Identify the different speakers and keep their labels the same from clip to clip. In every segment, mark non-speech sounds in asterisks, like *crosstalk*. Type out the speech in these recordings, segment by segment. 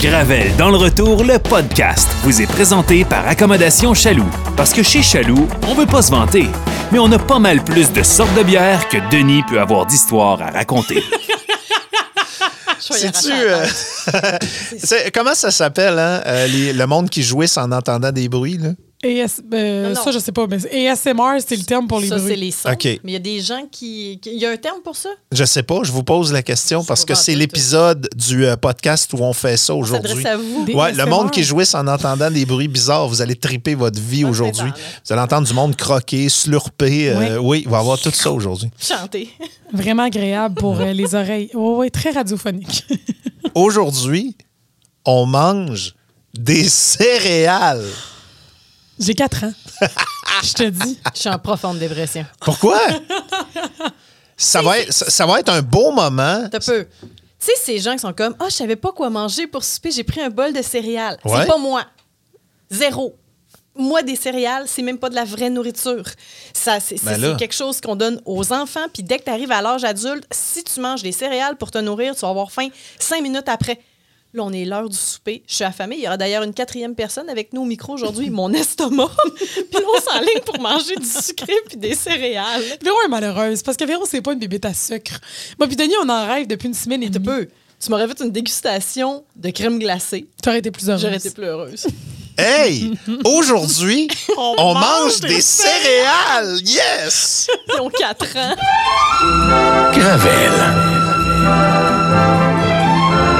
Speaker 1: Gravel dans le retour, le podcast, vous est présenté par Accommodation Chaloux. Parce que chez Chaloux, on veut pas se vanter, mais on a pas mal plus de sortes de bières que Denis peut avoir d'histoires à raconter.
Speaker 2: C'est-tu. euh, *laughs* c'est- comment ça s'appelle, hein, euh, les- le monde qui jouisse en entendant des bruits, là?
Speaker 3: AS, euh,
Speaker 4: Non, non.
Speaker 3: Ça, je sais pas, mais ASMR, c'est le terme pour les
Speaker 4: ça,
Speaker 3: bruits.
Speaker 4: c'est les sons.
Speaker 2: OK.
Speaker 4: Mais il y a des gens qui. qui- Il y a un terme pour ça?
Speaker 2: Je sais pas, je vous pose la question
Speaker 4: Je
Speaker 2: parce
Speaker 4: sais
Speaker 2: que
Speaker 4: pas
Speaker 2: c'est
Speaker 4: en tout.
Speaker 2: l'épisode du euh, podcast où on fait ça
Speaker 4: On
Speaker 2: aujourd'hui.
Speaker 4: s'adresse à vous.
Speaker 3: Des
Speaker 2: Ouais, le
Speaker 3: ASMR.
Speaker 2: monde qui jouisse en entendant des bruits bizarres, vous allez triper votre
Speaker 4: Ah,
Speaker 2: vie
Speaker 4: c'est
Speaker 2: aujourd'hui.
Speaker 4: bon, là.
Speaker 2: Vous allez entendre du monde croquer, slurper. euh, oui, il va y avoir tout ça aujourd'hui.
Speaker 4: Chanter.
Speaker 3: Vraiment agréable pour euh, les oreilles. Oui, oui, très radiophonique. *laughs*
Speaker 2: aujourd'hui, on mange des céréales.
Speaker 3: J'ai 4 ans. Je te dis.
Speaker 4: Je suis en profonde dépression. *laughs*
Speaker 2: Pourquoi? ça, va être, ça, ça va être un beau moment.
Speaker 4: T'as peu. Tu sais, ces gens qui sont comme Ah, je savais pas quoi manger pour souper, j'ai pris un bol de céréales.
Speaker 2: Ouais.
Speaker 4: C'est pas moi. Zéro. Moi, des céréales, c'est même pas de la vraie nourriture. Ça, c'est c'est-
Speaker 2: Ben là.
Speaker 4: c'est quelque chose qu'on donne aux enfants. Puis dès que tu arrives à l'âge adulte, si tu manges des céréales pour te nourrir, tu vas avoir faim cinq minutes après. Là, on est l'heure du souper. Je suis affamée. Il y aura d'ailleurs une quatrième personne avec nous au micro
Speaker 2: *laughs*
Speaker 4: aujourd'hui, mon estomac. *laughs* puis là, on s'enligne pour manger du sucré puis des céréales.
Speaker 3: Véro est malheureuse parce que Véro, c'est pas une bébête à sucre. Moi, puis Denis, on en rêve depuis une semaine et
Speaker 4: Tu
Speaker 3: demie.
Speaker 4: peux. Tu m'aurais fait une dégustation de crème glacée.
Speaker 3: T'aurais été plus heureuse.
Speaker 4: J'aurais été plus heureuse.
Speaker 2: Hey! Aujourd'hui, *laughs* on,
Speaker 4: On
Speaker 2: mange
Speaker 4: mange
Speaker 2: des
Speaker 4: des
Speaker 2: céréales! Yes!
Speaker 4: *laughs* Ils ont 4 ans.
Speaker 5: *laughs* Gravel.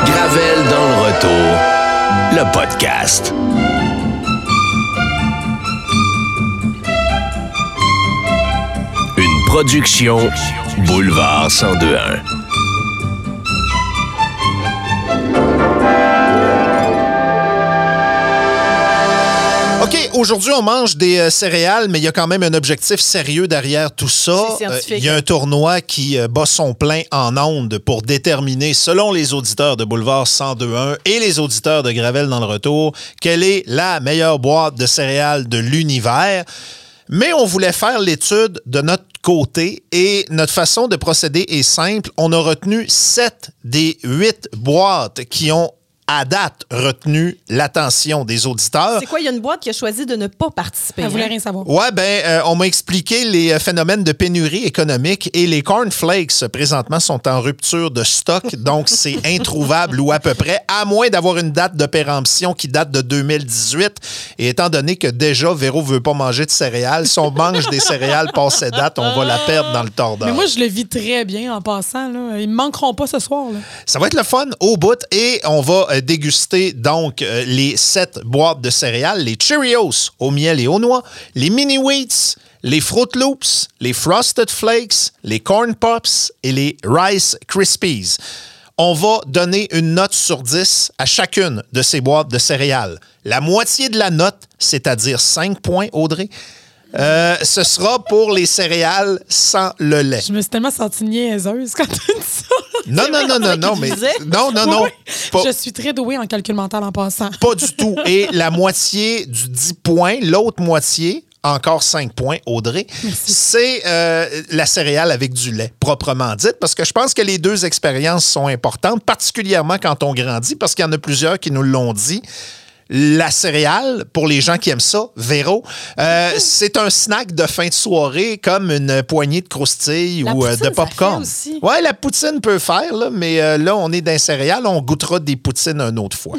Speaker 5: Gravel dans le retour, le podcast. Une production Boulevard 1021.
Speaker 2: OK, aujourd'hui, on mange des euh, céréales, mais il y a quand même un objectif sérieux derrière tout ça.
Speaker 4: C'est
Speaker 2: Euh,
Speaker 4: scientifique.
Speaker 2: Il y a un tournoi qui euh, bat son plein en ondes pour déterminer, selon les auditeurs de Boulevard 1021 et les auditeurs de Gravel dans le retour, quelle est la meilleure boîte de céréales de l'univers. Mais on voulait faire l'étude de notre côté et notre façon de procéder est simple. On a retenu sept des huit boîtes qui ont à date retenu l'attention des auditeurs.
Speaker 4: C'est quoi, il y a une boîte qui a choisi de ne pas participer.
Speaker 2: Ah,
Speaker 3: Elle voulait
Speaker 4: hein?
Speaker 3: rien savoir.
Speaker 2: Ouais, ben, euh, on m'a expliqué les euh, phénomènes de pénurie économique et les cornflakes euh, présentement sont en rupture de stock, donc
Speaker 3: *laughs*
Speaker 2: c'est introuvable ou à peu près, à moins d'avoir une date de péremption qui date de 2018. Et étant donné que déjà Véro veut pas manger de céréales, si on mange des céréales passées date, on va la perdre dans le tordeur.
Speaker 3: Mais moi, je le vis très bien en passant. Là. Ils me manqueront pas ce soir. Là.
Speaker 2: Ça va être le fun au bout et on va euh, déguster donc euh, les sept boîtes de céréales, les Cheerios au miel et aux noix, les Mini Wheats, les Fruit Loops, les Frosted Flakes, les Corn Pops et les Rice Krispies. On va donner une note sur 10 à chacune de ces boîtes de céréales. La moitié de la note, c'est-à-dire 5 points, Audrey, euh, ce sera pour les céréales sans le lait.
Speaker 3: Je me suis tellement sentie niaiseuse quand tu dis ça.
Speaker 2: Non, non, non, non, non, mais...
Speaker 4: disait.
Speaker 2: Non, non, Ah
Speaker 3: *laughs*
Speaker 2: non.
Speaker 3: Oui.
Speaker 2: Pas-
Speaker 3: Je suis très douée en calcul mental en passant.
Speaker 2: Pas du tout. Et la moitié du 10 points, l'autre moitié, encore 5 points, Audrey, c'est euh, la céréale avec du lait, proprement dite, parce que je pense que les deux expériences sont importantes, particulièrement quand on grandit, parce qu'il y en a plusieurs qui nous l'ont dit. La céréale, pour les gens qui aiment ça, Véro, euh,
Speaker 4: Mhm.
Speaker 2: c'est un snack de fin de soirée comme une poignée de croustilles
Speaker 4: La
Speaker 2: ou euh, de
Speaker 4: poutine, ça
Speaker 2: popcorn.
Speaker 4: fait aussi.
Speaker 2: Ouais, la poutine peut faire, là, mais euh, là, on est dans les céréales, on goûtera des poutines une autre fois.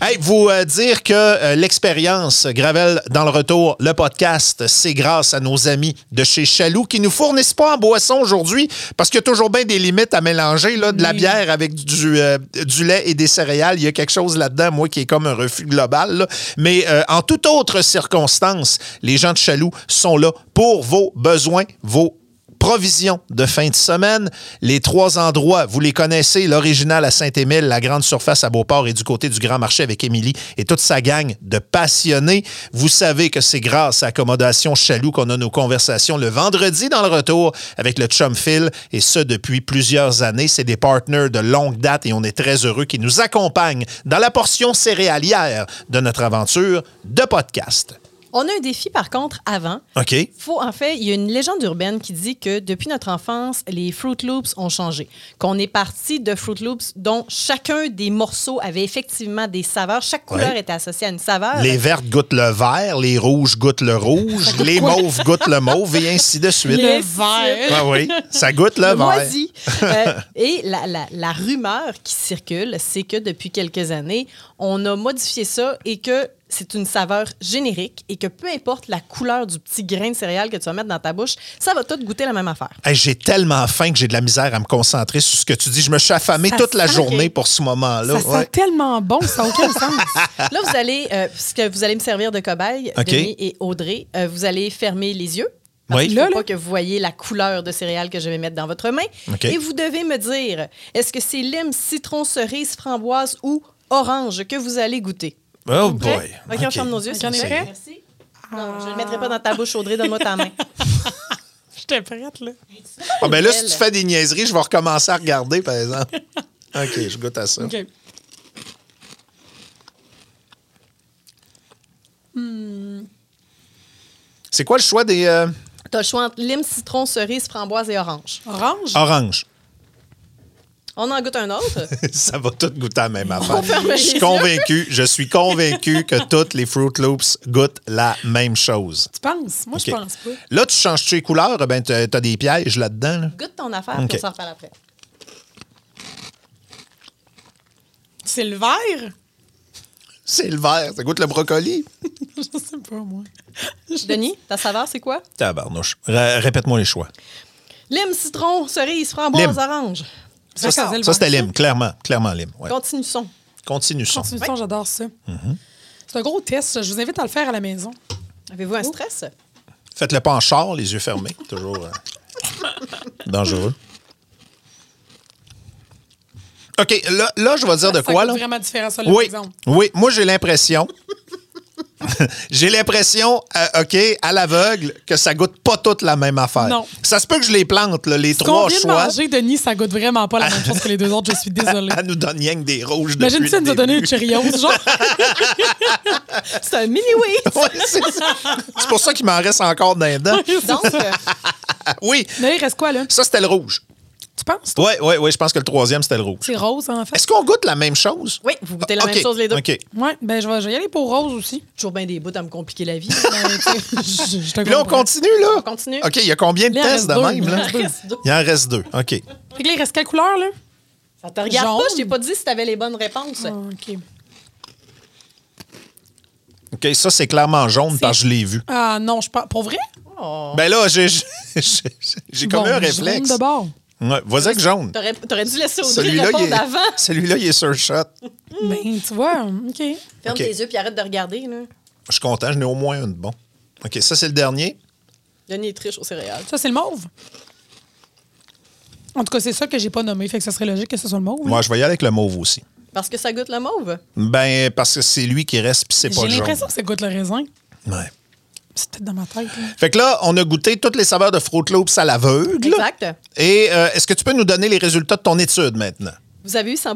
Speaker 2: hey, vous euh, dire que euh, l'expérience Gravel dans le retour, le podcast, c'est grâce à nos amis de chez Chaloux qui nous fournissent pas en boisson aujourd'hui parce qu'il y a toujours bien des limites à mélanger, là, de la
Speaker 3: Oui.
Speaker 2: bière avec du, euh, du lait et des céréales. Il y a quelque chose là-dedans, moi, qui est comme un refus global. là. Mais euh, en toute autre circonstance, les gens de Chaloux sont là pour vos besoins, vos Provisions de fin de semaine. Les trois endroits, vous les connaissez, l'original à Saint-Émile, la grande surface à Beauport et du côté du Grand Marché avec Émilie et toute sa gang de passionnés. Vous savez que c'est grâce à Accommodation Chaloux qu'on a nos conversations le vendredi dans le retour avec le chum Phil et ce depuis plusieurs années. C'est des partenaires de longue date et on est très heureux qu'ils nous accompagnent dans la portion céréalière de notre aventure de podcast.
Speaker 4: On a un défi, par contre, avant.
Speaker 2: OK.
Speaker 4: Faut, en fait, il y a une légende urbaine qui dit que depuis notre enfance, les Fruit Loops ont changé. Qu'on est parti de Fruit Loops dont chacun des morceaux avait effectivement des saveurs. Chaque couleur
Speaker 2: Ouais.
Speaker 4: était associée à une saveur.
Speaker 2: Les vertes goûtent le vert, les rouges goûtent le rouge, les mauves goûtent le mauve et ainsi de suite.
Speaker 3: Le
Speaker 4: Yes.
Speaker 3: verre.
Speaker 2: Ah oui, ça goûte le,
Speaker 4: Le
Speaker 2: vert.
Speaker 4: moisi. Euh, *laughs* et la, la- la rumeur qui circule, c'est que depuis quelques années, on a modifié ça et que c'est une saveur générique et que peu importe la couleur du petit grain de céréales que tu vas mettre dans ta bouche, ça va tout goûter la même affaire.
Speaker 2: Hey, j'ai tellement faim que j'ai de la misère à me concentrer sur ce que tu dis. Je me suis affamé
Speaker 4: Ça
Speaker 2: toute la
Speaker 4: sent-
Speaker 2: journée pour ce moment-là.
Speaker 3: Ça
Speaker 2: Ouais.
Speaker 3: sent tellement bon, ça
Speaker 2: *laughs*
Speaker 3: n'a aucun sens.
Speaker 4: Là, vous allez, euh, puisque vous allez me servir de cobaye,
Speaker 2: OK.
Speaker 4: Denis et Audrey, euh, vous allez fermer les yeux. Parce
Speaker 2: Oui.
Speaker 4: qu'il faut
Speaker 3: Là, là.
Speaker 4: pas que vous voyez la couleur de céréales que je vais mettre dans votre main.
Speaker 2: OK.
Speaker 4: Et vous devez me dire, est-ce que c'est lime, citron, cerise, framboise ou orange que vous allez goûter?
Speaker 2: Oh
Speaker 4: Prêt?
Speaker 2: boy.
Speaker 4: OK, on
Speaker 2: OK.
Speaker 4: ferme nos yeux.
Speaker 3: Ok, on est
Speaker 4: s'il vous
Speaker 3: prêt?
Speaker 4: plaît. Merci. Non, je ne le mettrai pas dans ta bouche, Audrey. Donne-moi ta main.
Speaker 3: J'étais prête, là.
Speaker 2: Ah, ben là, si
Speaker 4: Belle.
Speaker 2: tu fais des niaiseries, je vais recommencer à regarder, par exemple.
Speaker 3: *laughs*
Speaker 2: OK, je goûte à ça.
Speaker 3: OK.
Speaker 2: C'est quoi le choix des *laughs* euh,
Speaker 4: *laughs* T'as le choix entre lime, citron, cerise, framboise et orange.
Speaker 3: Orange.
Speaker 2: oranges?
Speaker 4: On en goûte un autre.
Speaker 2: *laughs* ça va tout goûter à la même affaire.
Speaker 4: ferme les
Speaker 2: Je suis
Speaker 4: yeux.
Speaker 2: convaincu, je suis
Speaker 3: *laughs*
Speaker 2: convaincu que toutes les Fruit Loops goûtent la même chose.
Speaker 3: Tu penses? Moi, je
Speaker 2: OK.
Speaker 3: pense pas.
Speaker 2: Là, tu changes-tu les couleurs? Ben, t'as t'as des pièges là-dedans. là.
Speaker 4: Goûte ton affaire,
Speaker 2: OK.
Speaker 4: puis on s'en reparle après.
Speaker 3: C'est le verre?
Speaker 2: C'est le vert, ça goûte le brocoli.
Speaker 3: *laughs* Je sais pas, moi.
Speaker 4: *laughs*
Speaker 3: *laughs*
Speaker 4: Denis, ta saveur, c'est quoi?
Speaker 2: Tabarnouche. Ré- Répète-moi les choix.
Speaker 4: Lime, citron, cerise, framboise,
Speaker 2: Lime.
Speaker 4: orange.
Speaker 2: Ça,
Speaker 3: D'accord,
Speaker 2: ça, c'était
Speaker 3: le verre.
Speaker 2: lime, clairement. Clairement lime. ouais.
Speaker 4: Continue son.
Speaker 2: Continue son.
Speaker 3: Continue le son, j'adore ça.
Speaker 2: Mhm.
Speaker 3: C'est un gros test. ça. Je vous invite à le faire à la maison.
Speaker 4: Avez-vous un stress?
Speaker 2: Faites-le pas en char, les yeux fermés. Toujours euh, dangereux. OK, là, là, je vais dire de
Speaker 3: Ça
Speaker 2: quoi,
Speaker 3: goûte
Speaker 2: là?
Speaker 3: vraiment différent, ça, là, par
Speaker 2: Oui,
Speaker 3: exemple.
Speaker 2: oui, moi, j'ai l'impression... *laughs* j'ai l'impression, euh, OK, à l'aveugle, que ça goûte pas toutes la même affaire.
Speaker 3: Non.
Speaker 2: Ça se peut que je les plante, là, les
Speaker 3: Ce qu'on
Speaker 2: trois
Speaker 3: vient de
Speaker 2: choix.
Speaker 3: manger, Denis, ça goûte vraiment pas la même chose que les deux autres. Je suis désolée.
Speaker 2: *laughs* Elle nous donne rien que des rouges depuis
Speaker 3: Imagine
Speaker 2: le
Speaker 3: ça, elle nous a donné
Speaker 2: début.
Speaker 3: le Cheerios. Genre,
Speaker 4: C'est un
Speaker 2: *laughs*
Speaker 4: mini-wheat.
Speaker 2: *laughs* Ouais, c'est ça. C'est pour ça qu'il m'en reste encore dans les
Speaker 3: *laughs*
Speaker 2: dents.
Speaker 4: Donc, euh,
Speaker 2: Ah, oui,
Speaker 3: mais il reste quoi, là?
Speaker 2: ça, c'était le rouge.
Speaker 3: Tu penses?
Speaker 2: Oui, oui, oui, je pense que le troisième, c'était le rouge.
Speaker 3: C'est rose, en fait.
Speaker 2: Est-ce qu'on goûte la même chose?
Speaker 4: oui, vous goûtez la
Speaker 2: Ah,
Speaker 4: même
Speaker 2: OK,
Speaker 4: chose les deux.
Speaker 2: OK.
Speaker 3: Ouais, ben, je vais, je vais y aller pour rose aussi.
Speaker 4: Toujours bien des bouts à me compliquer la vie.
Speaker 2: *laughs*
Speaker 3: Ben, tu sais, *laughs* je, je te
Speaker 2: Puis là, on
Speaker 3: comprends.
Speaker 2: continue, là?
Speaker 4: On continue.
Speaker 2: OK, il y a combien de
Speaker 3: Là, il en
Speaker 2: tests
Speaker 3: reste
Speaker 2: de
Speaker 3: deux,
Speaker 2: même,
Speaker 3: il en
Speaker 2: là?
Speaker 3: reste
Speaker 4: deux.
Speaker 2: Il en reste deux. OK.
Speaker 3: Fait que là, il reste quelle couleur, là?
Speaker 4: Ça te regarde pas,
Speaker 3: Jaune.
Speaker 4: je t'ai pas dit si t'avais les bonnes réponses.
Speaker 3: Ah, OK.
Speaker 2: OK, ça, c'est clairement jaune parce que je l'ai vu.
Speaker 3: Ah non, je pense. Pour vrai?
Speaker 2: Ben là, j'ai j'ai- j'ai- j'ai comme
Speaker 3: Bon,
Speaker 2: eu un
Speaker 3: jaune
Speaker 2: réflexe.
Speaker 3: de bord.
Speaker 2: Ouais, vas-y avec jaune.
Speaker 4: T'aurais, t'aurais dû laisser Audrey
Speaker 2: Celui-là, il
Speaker 4: répondre
Speaker 2: *laughs*
Speaker 4: avant.
Speaker 2: est, celui-là, il est sur shot.
Speaker 3: Ben, tu vois, OK.
Speaker 4: Ferme
Speaker 2: OK.
Speaker 4: tes yeux puis arrête de regarder. Là.
Speaker 2: Je suis content, j'en ai au moins un de bon. OK, ça, c'est le dernier.
Speaker 4: Denis est triche aux céréales.
Speaker 3: Ça, c'est le mauve. En tout cas, c'est ça que j'ai pas nommé. Fait que ça serait logique que ce soit le mauve. là.
Speaker 2: Moi, je vais y aller avec le mauve aussi.
Speaker 4: Parce que ça goûte le mauve.
Speaker 2: Ben, parce que c'est lui qui reste, puis c'est pas
Speaker 3: j'ai
Speaker 2: le jaune.
Speaker 3: l'impression que ça goûte le raisin.
Speaker 2: Ouais.
Speaker 3: C'est peut-être dans ma tête. là.
Speaker 2: Fait que là, on a goûté toutes les saveurs de Fruit Loops à l'aveugle.
Speaker 4: Exact.
Speaker 2: Et euh, est-ce que tu peux nous donner les résultats de ton étude maintenant?
Speaker 4: Vous avez eu 100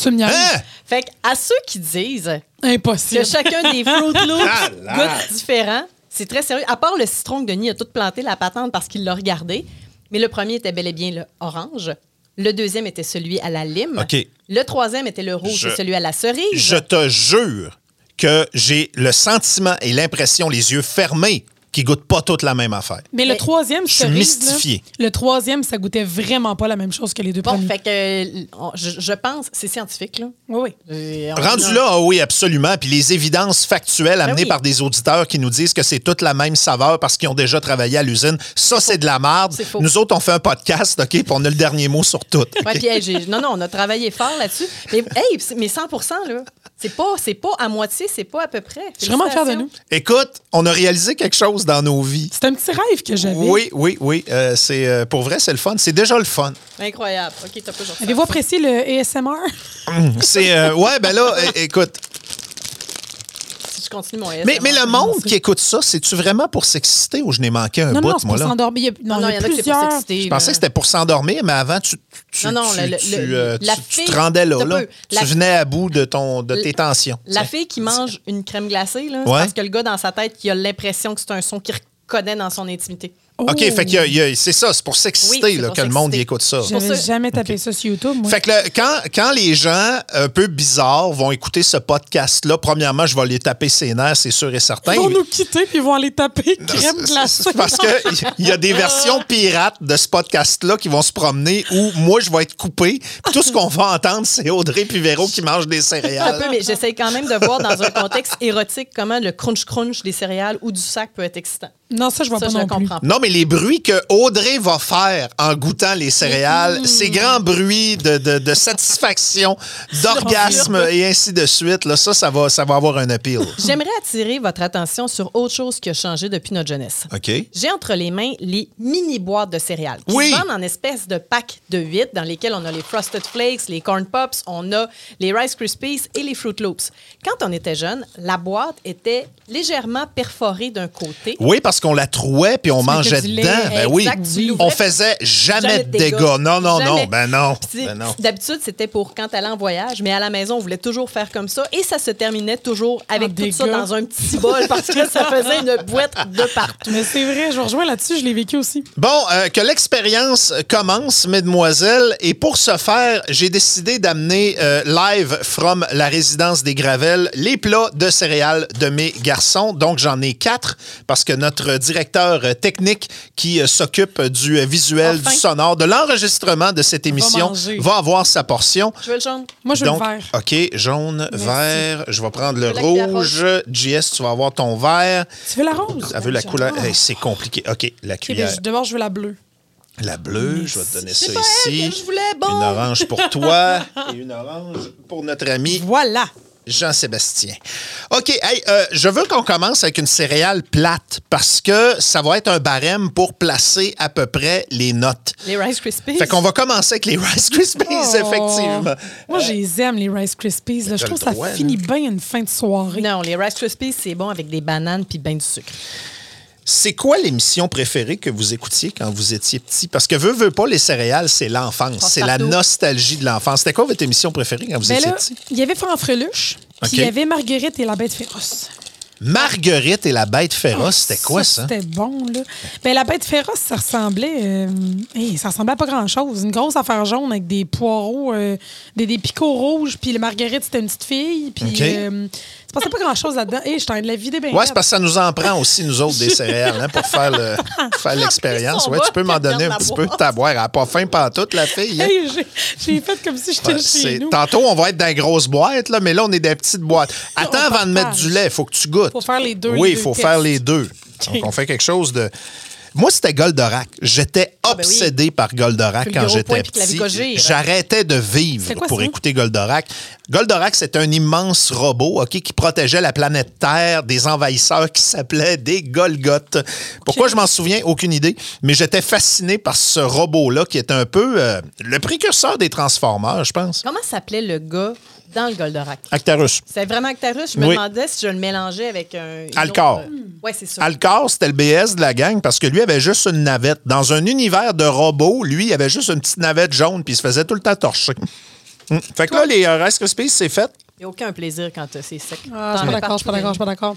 Speaker 3: Tu me niaises.
Speaker 2: Hein?
Speaker 4: *laughs* Fait que à ceux qui disent
Speaker 3: Impossible.
Speaker 4: que chacun des Fruit
Speaker 2: *laughs* Ah
Speaker 4: Loops
Speaker 2: là!
Speaker 4: goûte différent, c'est très sérieux. À part le citron que Denis a tout planté la patente parce qu'il l'a regardé, mais le premier était bel et bien le orange. Le deuxième était celui à la lime.
Speaker 2: OK.
Speaker 4: Le troisième était le rouge
Speaker 2: Je-
Speaker 4: et celui à la cerise.
Speaker 2: Je te jure que j'ai le sentiment et l'impression, les yeux fermés, qu'ils goûtent pas toutes la même affaire.
Speaker 3: Mais le
Speaker 4: Mais-
Speaker 3: troisième,
Speaker 2: Je suis
Speaker 3: cerise, là,
Speaker 2: mystifié.
Speaker 3: le troisième, ça goûtait vraiment pas la même chose que les deux
Speaker 4: Bon,
Speaker 3: premiers.
Speaker 4: fait que euh, on- je, je pense, c'est scientifique, là.
Speaker 3: Oui, oui.
Speaker 4: Et on-
Speaker 2: Rendu là, ah oui, absolument. Puis les évidences factuelles amenées
Speaker 4: Ben oui.
Speaker 2: par des auditeurs qui nous disent que c'est toute la même saveur parce qu'ils ont déjà travaillé à l'usine, ça, c'est de la merde.
Speaker 4: C'est faux.
Speaker 2: Nous autres, on fait un podcast, OK, puis on a le dernier mot sur tout.
Speaker 4: Ouais, puis, hey, j'ai- non, non, on a travaillé fort là-dessus. Mais, hey, c'est- mais 100 là. C'est pas, c'est pas à moitié, c'est pas à peu près.
Speaker 3: Je suis vraiment fière de nous.
Speaker 2: Écoute, on a réalisé quelque chose dans nos vies.
Speaker 3: C'est un petit rêve que j'avais.
Speaker 2: Oui, oui, oui. Euh, c'est euh, pour vrai, c'est le fun. C'est déjà le fun.
Speaker 4: Incroyable. OK, t'as pas genre ça.
Speaker 3: Avez-vous apprécié le ASMR?
Speaker 2: *laughs* C'est euh, ouais, ben là, é- écoute,
Speaker 4: Si je continue mon S.
Speaker 2: Mais, mais le monde qui écoute ça, c'est-tu vraiment pour s'exciter ou je n'ai manqué un
Speaker 3: Non,
Speaker 2: bout,
Speaker 3: non, c'est
Speaker 2: moi,
Speaker 3: pour
Speaker 2: là?
Speaker 3: s'endormir. Il y a- Non,
Speaker 4: Non, non,
Speaker 3: il y en a
Speaker 4: que c'est pour
Speaker 3: plusieurs.
Speaker 4: s'exciter.
Speaker 2: Je pensais que c'était pour s'endormir, mais avant, tu, tu,
Speaker 4: euh. Non, non,
Speaker 2: tu-
Speaker 4: le- le-
Speaker 2: tu,
Speaker 4: le-
Speaker 2: euh,
Speaker 4: la
Speaker 2: tu- tu
Speaker 4: fille-
Speaker 2: te rendais là.
Speaker 4: t'as
Speaker 2: là.
Speaker 4: peu. La-
Speaker 2: Tu venais à bout de, ton, de tes tensions.
Speaker 4: La
Speaker 2: tu sais.
Speaker 4: fille qui mange une crème glacée, là, c'est
Speaker 2: Ouais.
Speaker 4: parce que le gars dans sa tête, il a l'impression que c'est un son qu'il reconnaît dans son intimité.
Speaker 2: OK, fait qu'il y a- il y a- c'est ça, c'est pour s'exciter
Speaker 4: Oui, c'est
Speaker 2: là,
Speaker 4: pour
Speaker 2: que le monde y
Speaker 4: s'exciter.
Speaker 2: écoute ça.
Speaker 4: Pour
Speaker 3: Oh, J'avais
Speaker 4: ça-
Speaker 3: jamais tapé ça sur YouTube, moi.
Speaker 2: Fait que le- quand, quand les gens un peu bizarres vont écouter ce podcast-là, premièrement, je vais les taper ses nerfs, c'est sûr et certain.
Speaker 3: Ils vont nous quitter puis ils vont aller taper crème
Speaker 2: C'est-
Speaker 3: glacée.
Speaker 2: c'est Parce qu'il y a des versions pirates de ce podcast-là qui vont se promener où moi, je vais être coupé. puis tout ce qu'on va entendre, c'est Audrey puis Véro qui mange des
Speaker 4: Un
Speaker 2: céréales.
Speaker 4: peu, mais j'essaie quand même de voir dans un contexte *laughs* érotique comment le crunch-crunch des céréales ou du sac peut être excitant.
Speaker 3: Non, ça, je vois
Speaker 4: Ça,
Speaker 3: pas
Speaker 4: je
Speaker 3: non
Speaker 4: ne
Speaker 3: plus.
Speaker 4: comprends pas.
Speaker 2: Non, mais les bruits que Audrey va faire en goûtant les
Speaker 4: Mm.
Speaker 2: céréales, ces grands bruits de, de-
Speaker 4: *laughs*
Speaker 2: de satisfaction, d'orgasme et ainsi de suite, là, ça, ça va, ça va avoir un appeal.
Speaker 4: J'aimerais attirer votre attention sur autre chose qui a changé depuis notre jeunesse.
Speaker 2: OK.
Speaker 4: J'ai entre les mains les mini boîtes de céréales qui
Speaker 2: Oui.
Speaker 4: se vendent en espèces de packs de 8 dans lesquels on a les Frosted Flakes, les Corn Pops, on a les Rice Krispies et les Fruit Loops. Quand on était jeune, la boîte était légèrement perforée d'un côté.
Speaker 2: Oui, parce qu'on la trouait puis on mangeait
Speaker 3: du lait.
Speaker 2: dedans. Ben oui.
Speaker 4: Exact, tu l'ouvrais.
Speaker 2: On faisait jamais,
Speaker 4: Jamais
Speaker 2: de dégâts. Non, non, non.
Speaker 4: Jamais.
Speaker 2: Ben non.
Speaker 4: Puis c'est-
Speaker 2: Ben non.
Speaker 4: D'habitude, c'était pour quand t'allais en voyage, mais à la maison, on voulait toujours faire comme ça. Et ça se terminait toujours avec
Speaker 3: En
Speaker 4: tout ça
Speaker 3: dégâts.
Speaker 4: dans un petit bol parce que *laughs* ça faisait une boîte de partout.
Speaker 3: Mais c'est vrai, je vous rejoins là-dessus, je l'ai vécu aussi.
Speaker 2: Bon, euh, que l'expérience commence, mesdemoiselles. Et pour ce faire, j'ai décidé d'amener euh, live from la résidence des Gravels les plats de céréales de mes garçons. Donc, j'en ai quatre parce que notre directeur euh, technique qui euh, s'occupe du euh, visuel,
Speaker 4: Enfin.
Speaker 2: du sonore, de l'enregistrement de cette émission
Speaker 3: manger.
Speaker 2: va avoir sa portion.
Speaker 4: Je veux le jaune.
Speaker 3: Moi, je veux
Speaker 2: Donc,
Speaker 3: le faire.
Speaker 2: OK, jaune,
Speaker 3: Merci.
Speaker 2: vert. Je vais prendre le
Speaker 4: Je veux la
Speaker 2: rouge. JS, tu vas avoir ton vert.
Speaker 3: Tu veux la rose? Ah,
Speaker 2: Elle veut la
Speaker 3: J'adore.
Speaker 2: couleur. Hey, c'est compliqué. OK, la
Speaker 3: Ok, ben,
Speaker 2: cuillère.
Speaker 3: je- D'abord, je veux la bleue.
Speaker 2: La bleue, je vais te donner ça
Speaker 4: pas elle
Speaker 2: ici.
Speaker 4: que je voulais, bon.
Speaker 2: Une orange pour toi et une orange pour notre ami
Speaker 3: Voilà.
Speaker 2: Jean-Sébastien. OK, hey, euh, je veux qu'on commence avec une céréale plate parce que ça va être un barème pour placer à peu près les notes.
Speaker 4: Les Rice Krispies.
Speaker 2: Fait qu'on va commencer avec les Rice Krispies,
Speaker 4: Oh.
Speaker 2: effectivement.
Speaker 3: Oh. Moi, je les aime, les Rice Krispies. là. Je
Speaker 2: t'as
Speaker 3: trouve que
Speaker 2: le
Speaker 3: ça
Speaker 2: droit,
Speaker 3: finit bien une fin de soirée.
Speaker 4: Non, les Rice Krispies, c'est bon avec des bananes puis ben du sucre.
Speaker 2: Euh, C'est quoi l'émission préférée que vous écoutiez quand vous étiez petit? Parce que veux, veux pas, les céréales, c'est l'enfance.
Speaker 4: Pense
Speaker 2: C'est la
Speaker 4: Oh, partout. Ben
Speaker 2: nostalgie de l'enfance. C'était quoi votre émission préférée quand vous
Speaker 3: Mais
Speaker 2: étiez
Speaker 3: Ben là,
Speaker 2: petit?
Speaker 3: il y avait Franfreluche, puis il y
Speaker 2: Ok.
Speaker 3: avait Marguerite et la bête féroce.
Speaker 2: Marguerite et la bête féroce, Ah, c'était quoi ça?
Speaker 3: Oh, C'était bon, là. Ben, la bête féroce, ça ressemblait. euh, hey, ça ressemblait à pas grand-chose. Une grosse affaire jaune avec des poireaux, euh, des, des picots rouges, puis le Marguerite, c'était une petite fille. Puis.
Speaker 2: Ok.
Speaker 3: euh, il se passait pas grand-chose là-dedans. Hé, je t'en ai de la vider bien.
Speaker 2: Ouais, c'est parce que ça nous en prend aussi, nous autres,
Speaker 3: *laughs*
Speaker 2: des céréales, hein, pour faire le- pour faire l'expérience.
Speaker 4: on
Speaker 2: ouais,
Speaker 4: va
Speaker 2: tu peux m'en donner un
Speaker 4: perdre la
Speaker 2: petit peu de
Speaker 4: boîte.
Speaker 2: ta boire. Elle n'a pas faim pantoute, la fille. hein.
Speaker 3: Hey, j'ai- j'ai fait comme si j'étais
Speaker 2: Ouais,
Speaker 3: chez
Speaker 2: c'est-
Speaker 3: nous.
Speaker 2: Tantôt, on va être dans les grosses boîtes, là, mais là, on est dans les petites boîtes. Attends avant de mettre
Speaker 3: partage.
Speaker 2: du lait, il faut que tu goûtes.
Speaker 3: Faut faire les deux,
Speaker 2: Oui,
Speaker 3: les
Speaker 2: il
Speaker 3: deux
Speaker 2: faut
Speaker 3: tests.
Speaker 2: faire les deux. Donc, on fait quelque chose de. Moi, c'était Goldorak. J'étais
Speaker 3: Ah,
Speaker 4: ben oui.
Speaker 2: obsédé par Goldorak
Speaker 4: Puis le
Speaker 2: quand
Speaker 4: gros
Speaker 2: j'étais
Speaker 4: point, puis que la vie
Speaker 2: petit.
Speaker 4: cogire.
Speaker 2: J'arrêtais de vivre
Speaker 3: C'est quoi
Speaker 2: pour
Speaker 3: ça?
Speaker 2: écouter Goldorak. Goldorak, c'est un immense robot ok, qui protégeait la planète Terre des envahisseurs qui s'appelaient des Golgotes. Pourquoi je m'en souviens? Aucune idée. Mais j'étais fasciné par ce robot-là qui est un peu euh, le précurseur des Transformers, je pense.
Speaker 4: Comment s'appelait le gars dans le Goldorak?
Speaker 2: Actarus.
Speaker 4: C'est vraiment Actarus. Je me
Speaker 2: Oui.
Speaker 4: demandais si je le mélangeais avec un. une
Speaker 2: Alcor.
Speaker 4: autre, euh, Ouais, c'est ça.
Speaker 2: Alcor, c'était le BS de la gang parce que lui avait juste une navette. Dans un univers de robots, lui, il avait juste une petite navette jaune puis il se faisait tout le temps torcher. Mm. Fait que là, les euh, Rice Krispies, c'est fait.
Speaker 4: Il n'y a aucun plaisir quand euh, c'est sec.
Speaker 3: Ah, je suis pas d'accord, je suis pas d'accord, je suis pas d'accord.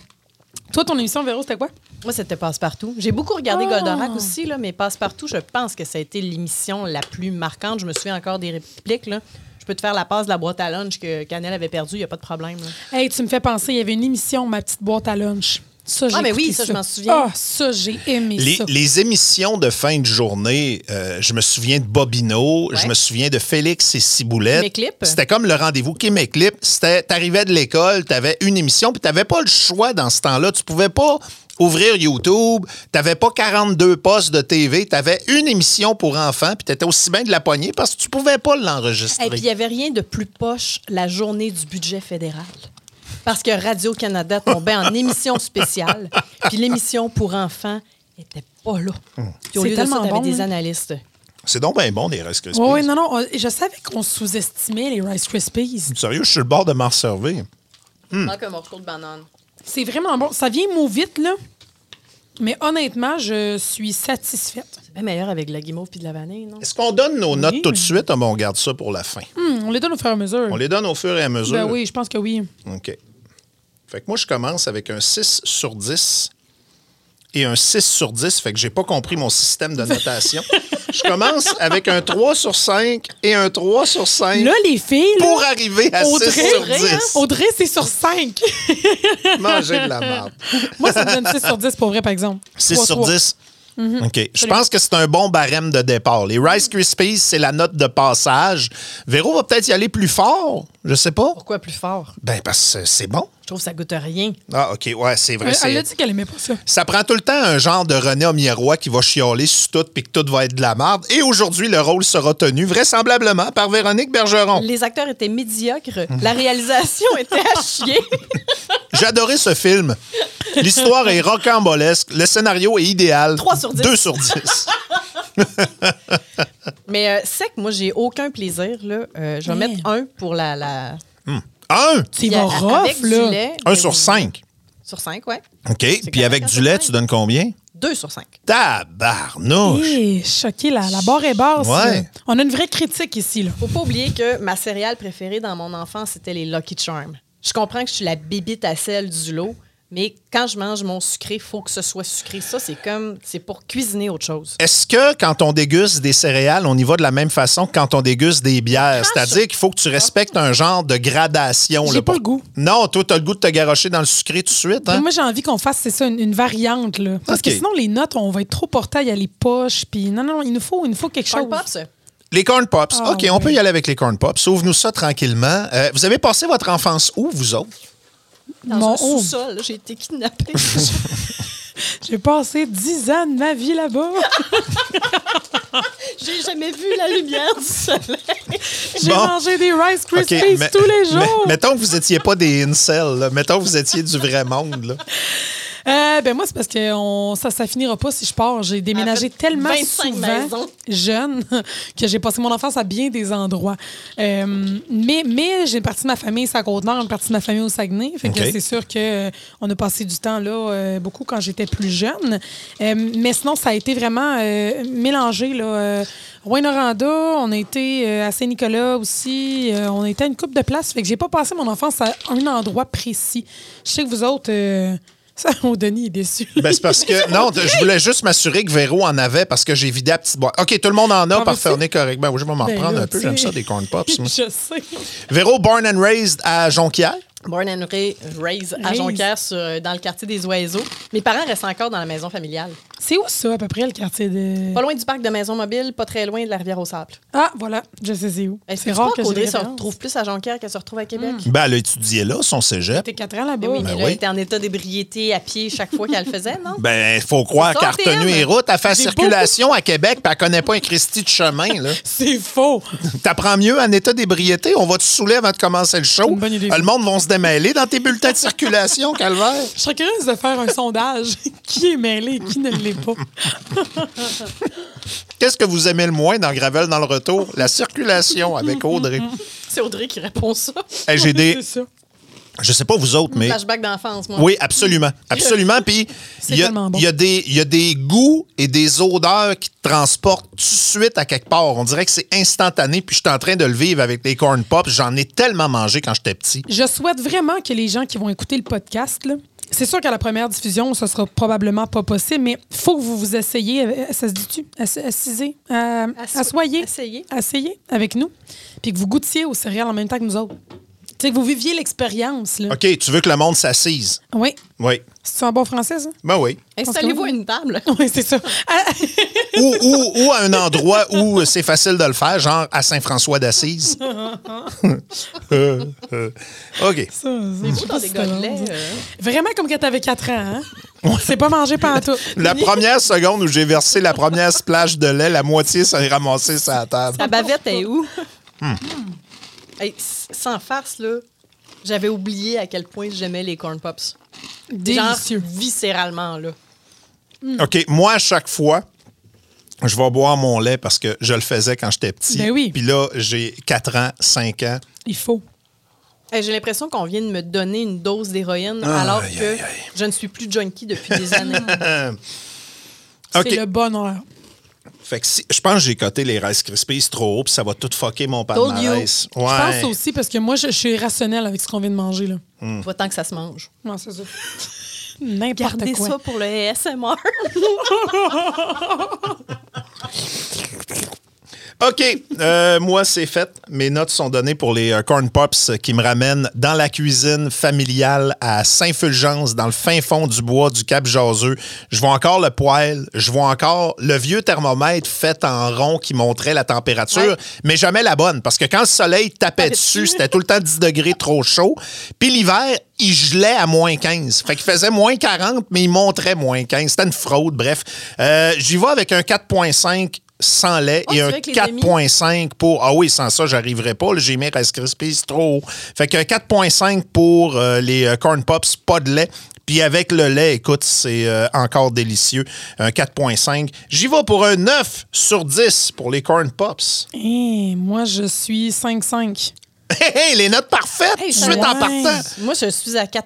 Speaker 3: Toi, ton émission, Véro, c'était quoi?
Speaker 4: Moi, c'était Passe-Partout. J'ai beaucoup regardé
Speaker 3: Ah.
Speaker 4: Goldorak aussi, là, mais Passe-Partout, je pense que ça a été l'émission la plus marquante. Je me souviens encore des répliques. Là. Je peux te faire la passe de la boîte à lunch que Canel avait perdue, il n'y a pas de problème. là.
Speaker 3: Hey, tu me fais penser, il y avait une émission, Ma petite boîte à lunch. Ça, j'ai
Speaker 4: Ah, mais oui,
Speaker 3: écouté
Speaker 4: ça, je m'en souviens.
Speaker 3: Ah, ça, j'ai aimé
Speaker 2: Les,
Speaker 3: ça.
Speaker 2: les émissions de fin de journée, euh, je me souviens de Bobino, je
Speaker 4: Ouais.
Speaker 2: me souviens de Félix et Ciboulette.
Speaker 4: Québec Clip.
Speaker 2: C'était comme le rendez-vous Québec Clip. C'était, t'arrivais de l'école, t'avais une émission, puis t'avais pas le choix dans ce temps-là. Tu pouvais pas ouvrir YouTube, t'avais pas 42 postes de TV, t'avais une émission pour enfants, puis t'étais aussi bien de la poignée parce que tu pouvais pas l'enregistrer.
Speaker 4: Et puis, il n'y avait rien de plus poche la journée du budget fédéral. Parce que Radio-Canada tombait en émission spéciale, puis l'émission pour enfants n'était pas là. Puis au
Speaker 3: C'est
Speaker 4: lieu de ça,
Speaker 3: tellement
Speaker 4: t'avais
Speaker 3: bon,
Speaker 4: des
Speaker 3: hein.
Speaker 4: analystes.
Speaker 2: C'est donc bien bon, des Rice Krispies.
Speaker 3: Oui, non, non. on- Je savais qu'on sous-estimait les Rice Krispies.
Speaker 2: Sérieux, je suis sur le bord de m'en servir.
Speaker 4: Manque un morceau de banane.
Speaker 3: C'est vraiment bon. Ça vient mot vite, là. Mais honnêtement, je suis satisfaite.
Speaker 4: C'est bien meilleur avec de la guimauve puis de la vanille, non?
Speaker 2: Est-ce qu'on donne nos notes
Speaker 3: Oui.
Speaker 2: tout de suite ou on garde ça pour la fin?
Speaker 3: Hum, on les donne au fur et à mesure.
Speaker 2: On les donne au fur et à mesure?
Speaker 3: Ben oui, je pense que oui.
Speaker 2: OK. Fait que moi, je commence avec un 6 sur 10 et un 6 sur 10. Fait que j'ai pas compris mon système de notation. je commence avec un 3 sur 5 et un 3 sur 5
Speaker 3: Là, les filles, là,
Speaker 2: pour arriver à 6 sur
Speaker 3: Audrey, hein?
Speaker 2: 10.
Speaker 3: Audrey, c'est sur
Speaker 2: *laughs*
Speaker 3: 5.
Speaker 2: Manger de la merde.
Speaker 3: Moi, ça me donne 6 sur 10 pour vrai, par exemple.
Speaker 2: 6
Speaker 3: Trois,
Speaker 2: sur
Speaker 3: trois. Mm-hmm.
Speaker 2: 10. OK. Je pense que c'est un bon barème de départ. Les Rice Krispies, c'est la note de passage. Véro va peut-être y aller plus fort. Je sais pas.
Speaker 4: Pourquoi plus fort?
Speaker 2: Ben, parce que c'est bon.
Speaker 4: Je trouve que ça goûte à rien.
Speaker 2: Ah, OK. Ouais, c'est vrai.
Speaker 3: Elle-
Speaker 2: c'est-
Speaker 3: Euh, Elle a dit qu'elle aimait pas ça.
Speaker 2: Ça prend tout le temps un genre de René Omierois qui va chialer sur tout puis que tout va être de la merde. Et aujourd'hui, le rôle sera tenu vraisemblablement par Véronique Bergeron.
Speaker 4: Les acteurs étaient médiocres. La réalisation était à chier.
Speaker 2: J'adorais ce film. L'histoire est rocambolesque. Le scénario est idéal.
Speaker 4: 3 sur 10.
Speaker 2: 2 sur 10.
Speaker 4: Mais euh, sec, moi, j'ai aucun plaisir. Là. Euh, je vais
Speaker 3: Mais-
Speaker 4: mettre un pour la. la...
Speaker 2: 1!
Speaker 3: C'est
Speaker 4: Puis, euh,
Speaker 3: va
Speaker 4: avec
Speaker 3: rough,
Speaker 4: du
Speaker 3: là.
Speaker 4: lait,
Speaker 2: 1
Speaker 4: ben
Speaker 2: sur
Speaker 4: oui.
Speaker 2: 5.
Speaker 4: Sur 5, ouais.
Speaker 2: OK. Puis
Speaker 4: correct,
Speaker 2: avec
Speaker 4: un
Speaker 2: du
Speaker 4: sur
Speaker 2: lait,
Speaker 4: cinq.
Speaker 2: tu donnes combien?
Speaker 4: 2 sur 5.
Speaker 2: Tabarnouche!
Speaker 3: Hé, choqué, la, la barre est basse.
Speaker 2: Oh, Ouais.
Speaker 3: là. On a une vraie critique ici, là.
Speaker 4: Faut pas oublier que ma céréale préférée dans mon enfance, c'était les Lucky Charms. Je comprends que je suis la bibite à sel du lot, mais quand je mange mon sucré, faut que ce soit sucré. Ça, c'est comme. C'est pour cuisiner autre chose.
Speaker 2: Est-ce que quand on déguste des céréales, on y va de la même façon que quand on déguste des bières?
Speaker 4: Crache.
Speaker 2: C'est-à-dire qu'il faut que tu respectes un genre de gradation.
Speaker 3: J'ai
Speaker 2: là,
Speaker 3: pas le goût.
Speaker 2: Non, toi, t'as le goût de te garocher dans le sucré tout de suite. hein?
Speaker 3: Moi, j'ai envie qu'on fasse, c'est ça, une, une variante, là. Parce
Speaker 2: Ok.
Speaker 3: que sinon, les notes, on va être trop portés à les poches. Puis non, non, il nous faut, il nous faut quelque
Speaker 4: Corn
Speaker 3: chose.
Speaker 4: Pops,
Speaker 2: Les corn pops.
Speaker 3: Ah,
Speaker 2: OK, on
Speaker 3: ouais.
Speaker 2: peut y aller avec les corn pops. Ouvre-nous ça tranquillement. Euh, vous avez passé votre enfance où, vous autres?
Speaker 4: dans
Speaker 3: Mon
Speaker 4: un
Speaker 3: haut.
Speaker 4: sous-sol, là, j'ai été
Speaker 3: *laughs*
Speaker 4: kidnappée.
Speaker 3: J'ai passé 10 ans de ma
Speaker 2: *laughs*
Speaker 3: vie là-bas.
Speaker 4: j'ai jamais vu la lumière du soleil.
Speaker 3: J'ai
Speaker 2: Bon.
Speaker 3: mangé des Rice
Speaker 2: OK,
Speaker 3: Krispies
Speaker 2: mais-
Speaker 3: tous les jours.
Speaker 2: *laughs* mais- mettons que vous étiez pas des incels. là. Mettons que vous étiez du vrai monde.
Speaker 3: *laughs*
Speaker 2: là.
Speaker 3: Euh, ben moi, c'est parce que on- ça, ça finira pas si je pars. J'ai déménagé
Speaker 4: En fait,
Speaker 3: tellement
Speaker 4: 25
Speaker 3: souvent,
Speaker 4: maisons.
Speaker 3: jeune, *laughs* que j'ai passé mon enfance à bien des endroits. Euh, mais mais j'ai une partie de ma famille c'est à Côte-Nord, une partie de ma famille au Saguenay. Fait que
Speaker 2: OK.
Speaker 3: c'est sûr que euh, on a passé du temps là euh, beaucoup quand j'étais plus jeune. Euh, mais sinon, ça a été vraiment euh, mélangé. Là, euh, Rouyn-Noranda, on a été euh, à Saint-Nicolas aussi. euh, on était à une coupe de place. Fait que j'ai pas passé mon enfance à un endroit précis. Je sais que vous autres... euh, *laughs* ça, mon Denis est déçu.
Speaker 2: Ben, c'est parce que, non, je voulais juste m'assurer que Véro en avait parce que j'ai vidé la petite boîte. OK, tout le monde en a.
Speaker 3: Ah,
Speaker 2: parfait,
Speaker 3: ben,
Speaker 2: on est correct. Ben, oui, je vais m'en
Speaker 3: Ben,
Speaker 2: reprendre
Speaker 3: là,
Speaker 2: un peu.
Speaker 3: tu sais.
Speaker 2: J'aime ça, des corn pops. moi.
Speaker 3: *laughs* Je sais.
Speaker 2: Véro, born and raised à Jonquière.
Speaker 4: Born and ra- raised à
Speaker 3: Raised.
Speaker 4: Jonquière, sur- euh, dans le quartier des Oiseaux. Mes parents restent encore dans la maison familiale.
Speaker 3: C'est où ça, à peu près, le quartier de.
Speaker 4: Pas loin du parc de Maison Mobile, pas très loin Ben, de la rivière aux Sables.
Speaker 3: Ah, voilà, je sais c'est où.
Speaker 4: Est-ce
Speaker 3: C'est
Speaker 4: que tu
Speaker 3: rare
Speaker 4: crois
Speaker 3: que
Speaker 4: qu'Audrey
Speaker 3: je
Speaker 4: se retrouve plus à Jonquière qu'elle se retrouve à Québec?
Speaker 2: Ben, elle a étudié là, son cégep.
Speaker 3: T'es 4 ans là-bas.
Speaker 4: Ben oui, mais là,
Speaker 2: Ben oui.
Speaker 4: elle était en état d'ébriété à pied chaque fois qu'elle le faisait,
Speaker 2: *laughs*
Speaker 4: non?
Speaker 2: Ben, faut croire
Speaker 4: C'est
Speaker 2: qu'elle a
Speaker 4: ça,
Speaker 2: retenu
Speaker 4: PM.
Speaker 2: les routes. Elle fait la
Speaker 3: J'ai
Speaker 2: circulation à Québec puis elle connaît pas un Christie de chemin,
Speaker 3: *laughs*
Speaker 2: là.
Speaker 3: C'est faux.
Speaker 2: T'apprends mieux en état d'ébriété. On va te saouler avant de commencer le show.
Speaker 3: Une bonne idée.
Speaker 2: Euh, Le monde va se démêler dans tes bulletins de
Speaker 3: *laughs*
Speaker 2: circulation, Calvaire.
Speaker 3: Je serais curieuse de *laughs* faire un sondage. qui est mêlé et qui ne l'est *laughs* pas?
Speaker 2: Qu'est-ce que vous aimez le moins dans Gravel dans le retour? La circulation avec Audrey.
Speaker 4: C'est Audrey qui répond ça.
Speaker 2: Hey, J'ai des.
Speaker 3: *laughs* C'est ça.
Speaker 2: Je sais pas vous autres, mais.
Speaker 4: Flashback d'enfance, moi.
Speaker 2: Oui, absolument. Absolument. Puis,
Speaker 3: C'est
Speaker 2: il y, a-
Speaker 3: tellement bon.
Speaker 2: il y a des- il y a des goûts et des odeurs qui te transportent tout de suite à quelque part. On dirait que c'est instantané. Puis, je suis en train de le vivre avec les corn pops. J'en ai tellement mangé quand j'étais petit.
Speaker 3: Je souhaite vraiment que les gens qui vont écouter le podcast, là, c'est sûr qu'à la première diffusion, ce sera probablement pas possible, mais faut que vous vous essayiez, euh, ça se dit-tu, Ass- assisez, euh,
Speaker 4: Asso-
Speaker 3: assoyez,
Speaker 4: asseyez.
Speaker 3: asseyez avec nous, puis que vous goûtiez aux céréales en même temps que nous autres. Tu sais, que vous viviez l'expérience. là.
Speaker 2: *laughs* OK, tu veux que le monde s'assise?
Speaker 3: Oui.
Speaker 2: Oui.
Speaker 3: C'est un bon français, ça?
Speaker 2: Ben oui.
Speaker 4: Installez-vous à une table.
Speaker 3: Oui, c'est ça. *laughs* Ah,
Speaker 2: ou, ou- ou à un endroit où c'est facile de le faire, genre à Saint-François d'Assise. Euh, euh, OK.
Speaker 3: ça, ça, je sais
Speaker 4: Ou *laughs*
Speaker 3: pas
Speaker 4: dans
Speaker 3: si
Speaker 4: des
Speaker 3: c'est
Speaker 4: godelets.
Speaker 3: bon.
Speaker 4: euh,
Speaker 3: Vraiment comme quand t'avais 4 ans, hein? C'est pas mangé pantoute.
Speaker 2: *laughs* La première seconde où j'ai versé la première splash de lait, la moitié s'est ramassée sur la table.
Speaker 4: La bavette est où? Hmm. Hey, s- sans farce, là, j'avais oublié à quel point j'aimais les corn pops.
Speaker 3: Délicieux.
Speaker 4: Genre viscéralement, là.
Speaker 2: OK, moi, à chaque fois, je vais boire mon lait parce que je le faisais quand j'étais petit.
Speaker 3: Ben oui.
Speaker 2: Puis là, j'ai 4 ans, 5 ans.
Speaker 3: Il faut.
Speaker 4: Eh, J'ai l'impression qu'on vient de me donner une dose d'héroïne
Speaker 2: Ah,
Speaker 4: alors
Speaker 2: aïe,
Speaker 4: que
Speaker 2: aïe, aïe.
Speaker 4: je ne suis plus junkie depuis des années.
Speaker 2: OK.
Speaker 3: C'est le bonheur.
Speaker 2: Fait que si- je pense que j'ai coté les Rice Krispies trop haut, puis ça va tout fucker mon
Speaker 4: Told you.
Speaker 2: palmarès. Ouais.
Speaker 3: Je pense aussi parce que moi, je, je suis rationnelle avec ce qu'on vient de manger. Là.
Speaker 4: Pas tant que ça se mange.
Speaker 3: Non, c'est ça. N'importe
Speaker 4: Gardez
Speaker 3: quoi.
Speaker 4: ça pour le ASMR.
Speaker 2: OK, euh, moi, c'est fait. Mes notes sont données pour les euh, Corn Pops euh, qui me ramènent dans la cuisine familiale à Saint-Fulgence, dans le fin fond du bois du Cap Jaseux. Je vois encore le poêle, je vois encore le vieux thermomètre fait en rond qui montrait la température,
Speaker 4: Ouais.
Speaker 2: mais jamais la bonne, parce que quand le soleil tapait dessus, c'était tout le temps 10 degrés trop chaud. Puis l'hiver, il gelait à moins 15. Fait qu'il faisait moins 40, mais il montrait moins 15. C'était une fraude, bref. Euh, J'y vais avec un 4.5 sans lait
Speaker 4: Oh,
Speaker 2: et
Speaker 4: c'est
Speaker 2: un
Speaker 4: vrai que les amis-
Speaker 2: 4.5 pour. Ah oui, sans ça, j'arriverais pas. là, J'ai mis Rice Krispies trop. haut. Fait que 4.5 pour euh, les euh, Corn Pops, pas de lait. Puis avec le lait, écoute, c'est euh, encore délicieux. Un 4.5. J'y vais pour un 9 sur 10 pour les Corn Pops. *laughs*
Speaker 3: Eh, moi, je suis 5-5.
Speaker 2: Hé, hé, les notes parfaites! tout de
Speaker 4: ça
Speaker 2: suite en
Speaker 3: va.
Speaker 2: partant.
Speaker 4: Moi, je suis à 4-4.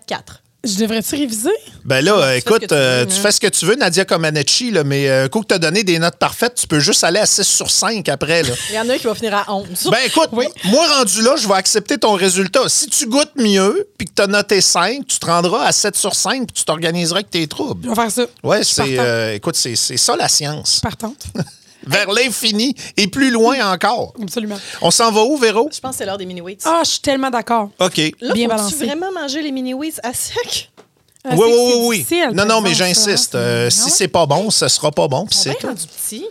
Speaker 3: Je devrais-tu réviser?
Speaker 2: Ben là, euh,
Speaker 4: Tu fais ce que
Speaker 2: écoute,
Speaker 4: tu veux,
Speaker 2: euh, tu
Speaker 4: hein.
Speaker 2: fais ce que tu veux, Nadia Comaneci, là, mais euh, un coup que t'as donné des notes parfaites, tu peux juste aller à 6 sur 5 après. Là.
Speaker 4: Il y en a un qui va finir à 11.
Speaker 2: Ben écoute, moi rendu là, je vais accepter ton résultat. Si tu goûtes mieux, puis que t'as noté 5, tu te rendras à 7 sur 5, puis tu t'organiseras avec tes
Speaker 3: Je
Speaker 2: troubles.
Speaker 3: vais faire ça.
Speaker 2: Ouais,
Speaker 3: Je suis
Speaker 2: c'est,
Speaker 3: partante.
Speaker 2: euh, écoute, c'est c'est ça la science.
Speaker 3: partante.
Speaker 2: Vers l'infini et plus loin encore. *laughs*
Speaker 3: Absolument.
Speaker 2: On s'en va où, Véro?
Speaker 4: Je pense que c'est l'heure des mini-wheats.
Speaker 3: Ah, je suis tellement d'accord.
Speaker 2: OK.
Speaker 4: Là, faut-tu
Speaker 3: bien balancé.
Speaker 4: vraiment manger les mini-wheats à
Speaker 2: *laughs*
Speaker 4: sec?
Speaker 3: Ah,
Speaker 2: Oui,
Speaker 3: c'est-
Speaker 2: oui,
Speaker 3: c'est
Speaker 2: oui, oui.
Speaker 3: difficile,
Speaker 2: Non,
Speaker 3: par
Speaker 2: non, mais
Speaker 3: exemple,
Speaker 2: j'insiste.
Speaker 3: ça, hein.
Speaker 2: euh,
Speaker 3: Ah
Speaker 2: si
Speaker 3: ouais?
Speaker 2: c'est pas bon, ce sera pas bon, puis
Speaker 4: On
Speaker 2: c'est
Speaker 4: est
Speaker 2: tout.
Speaker 4: rendu petit.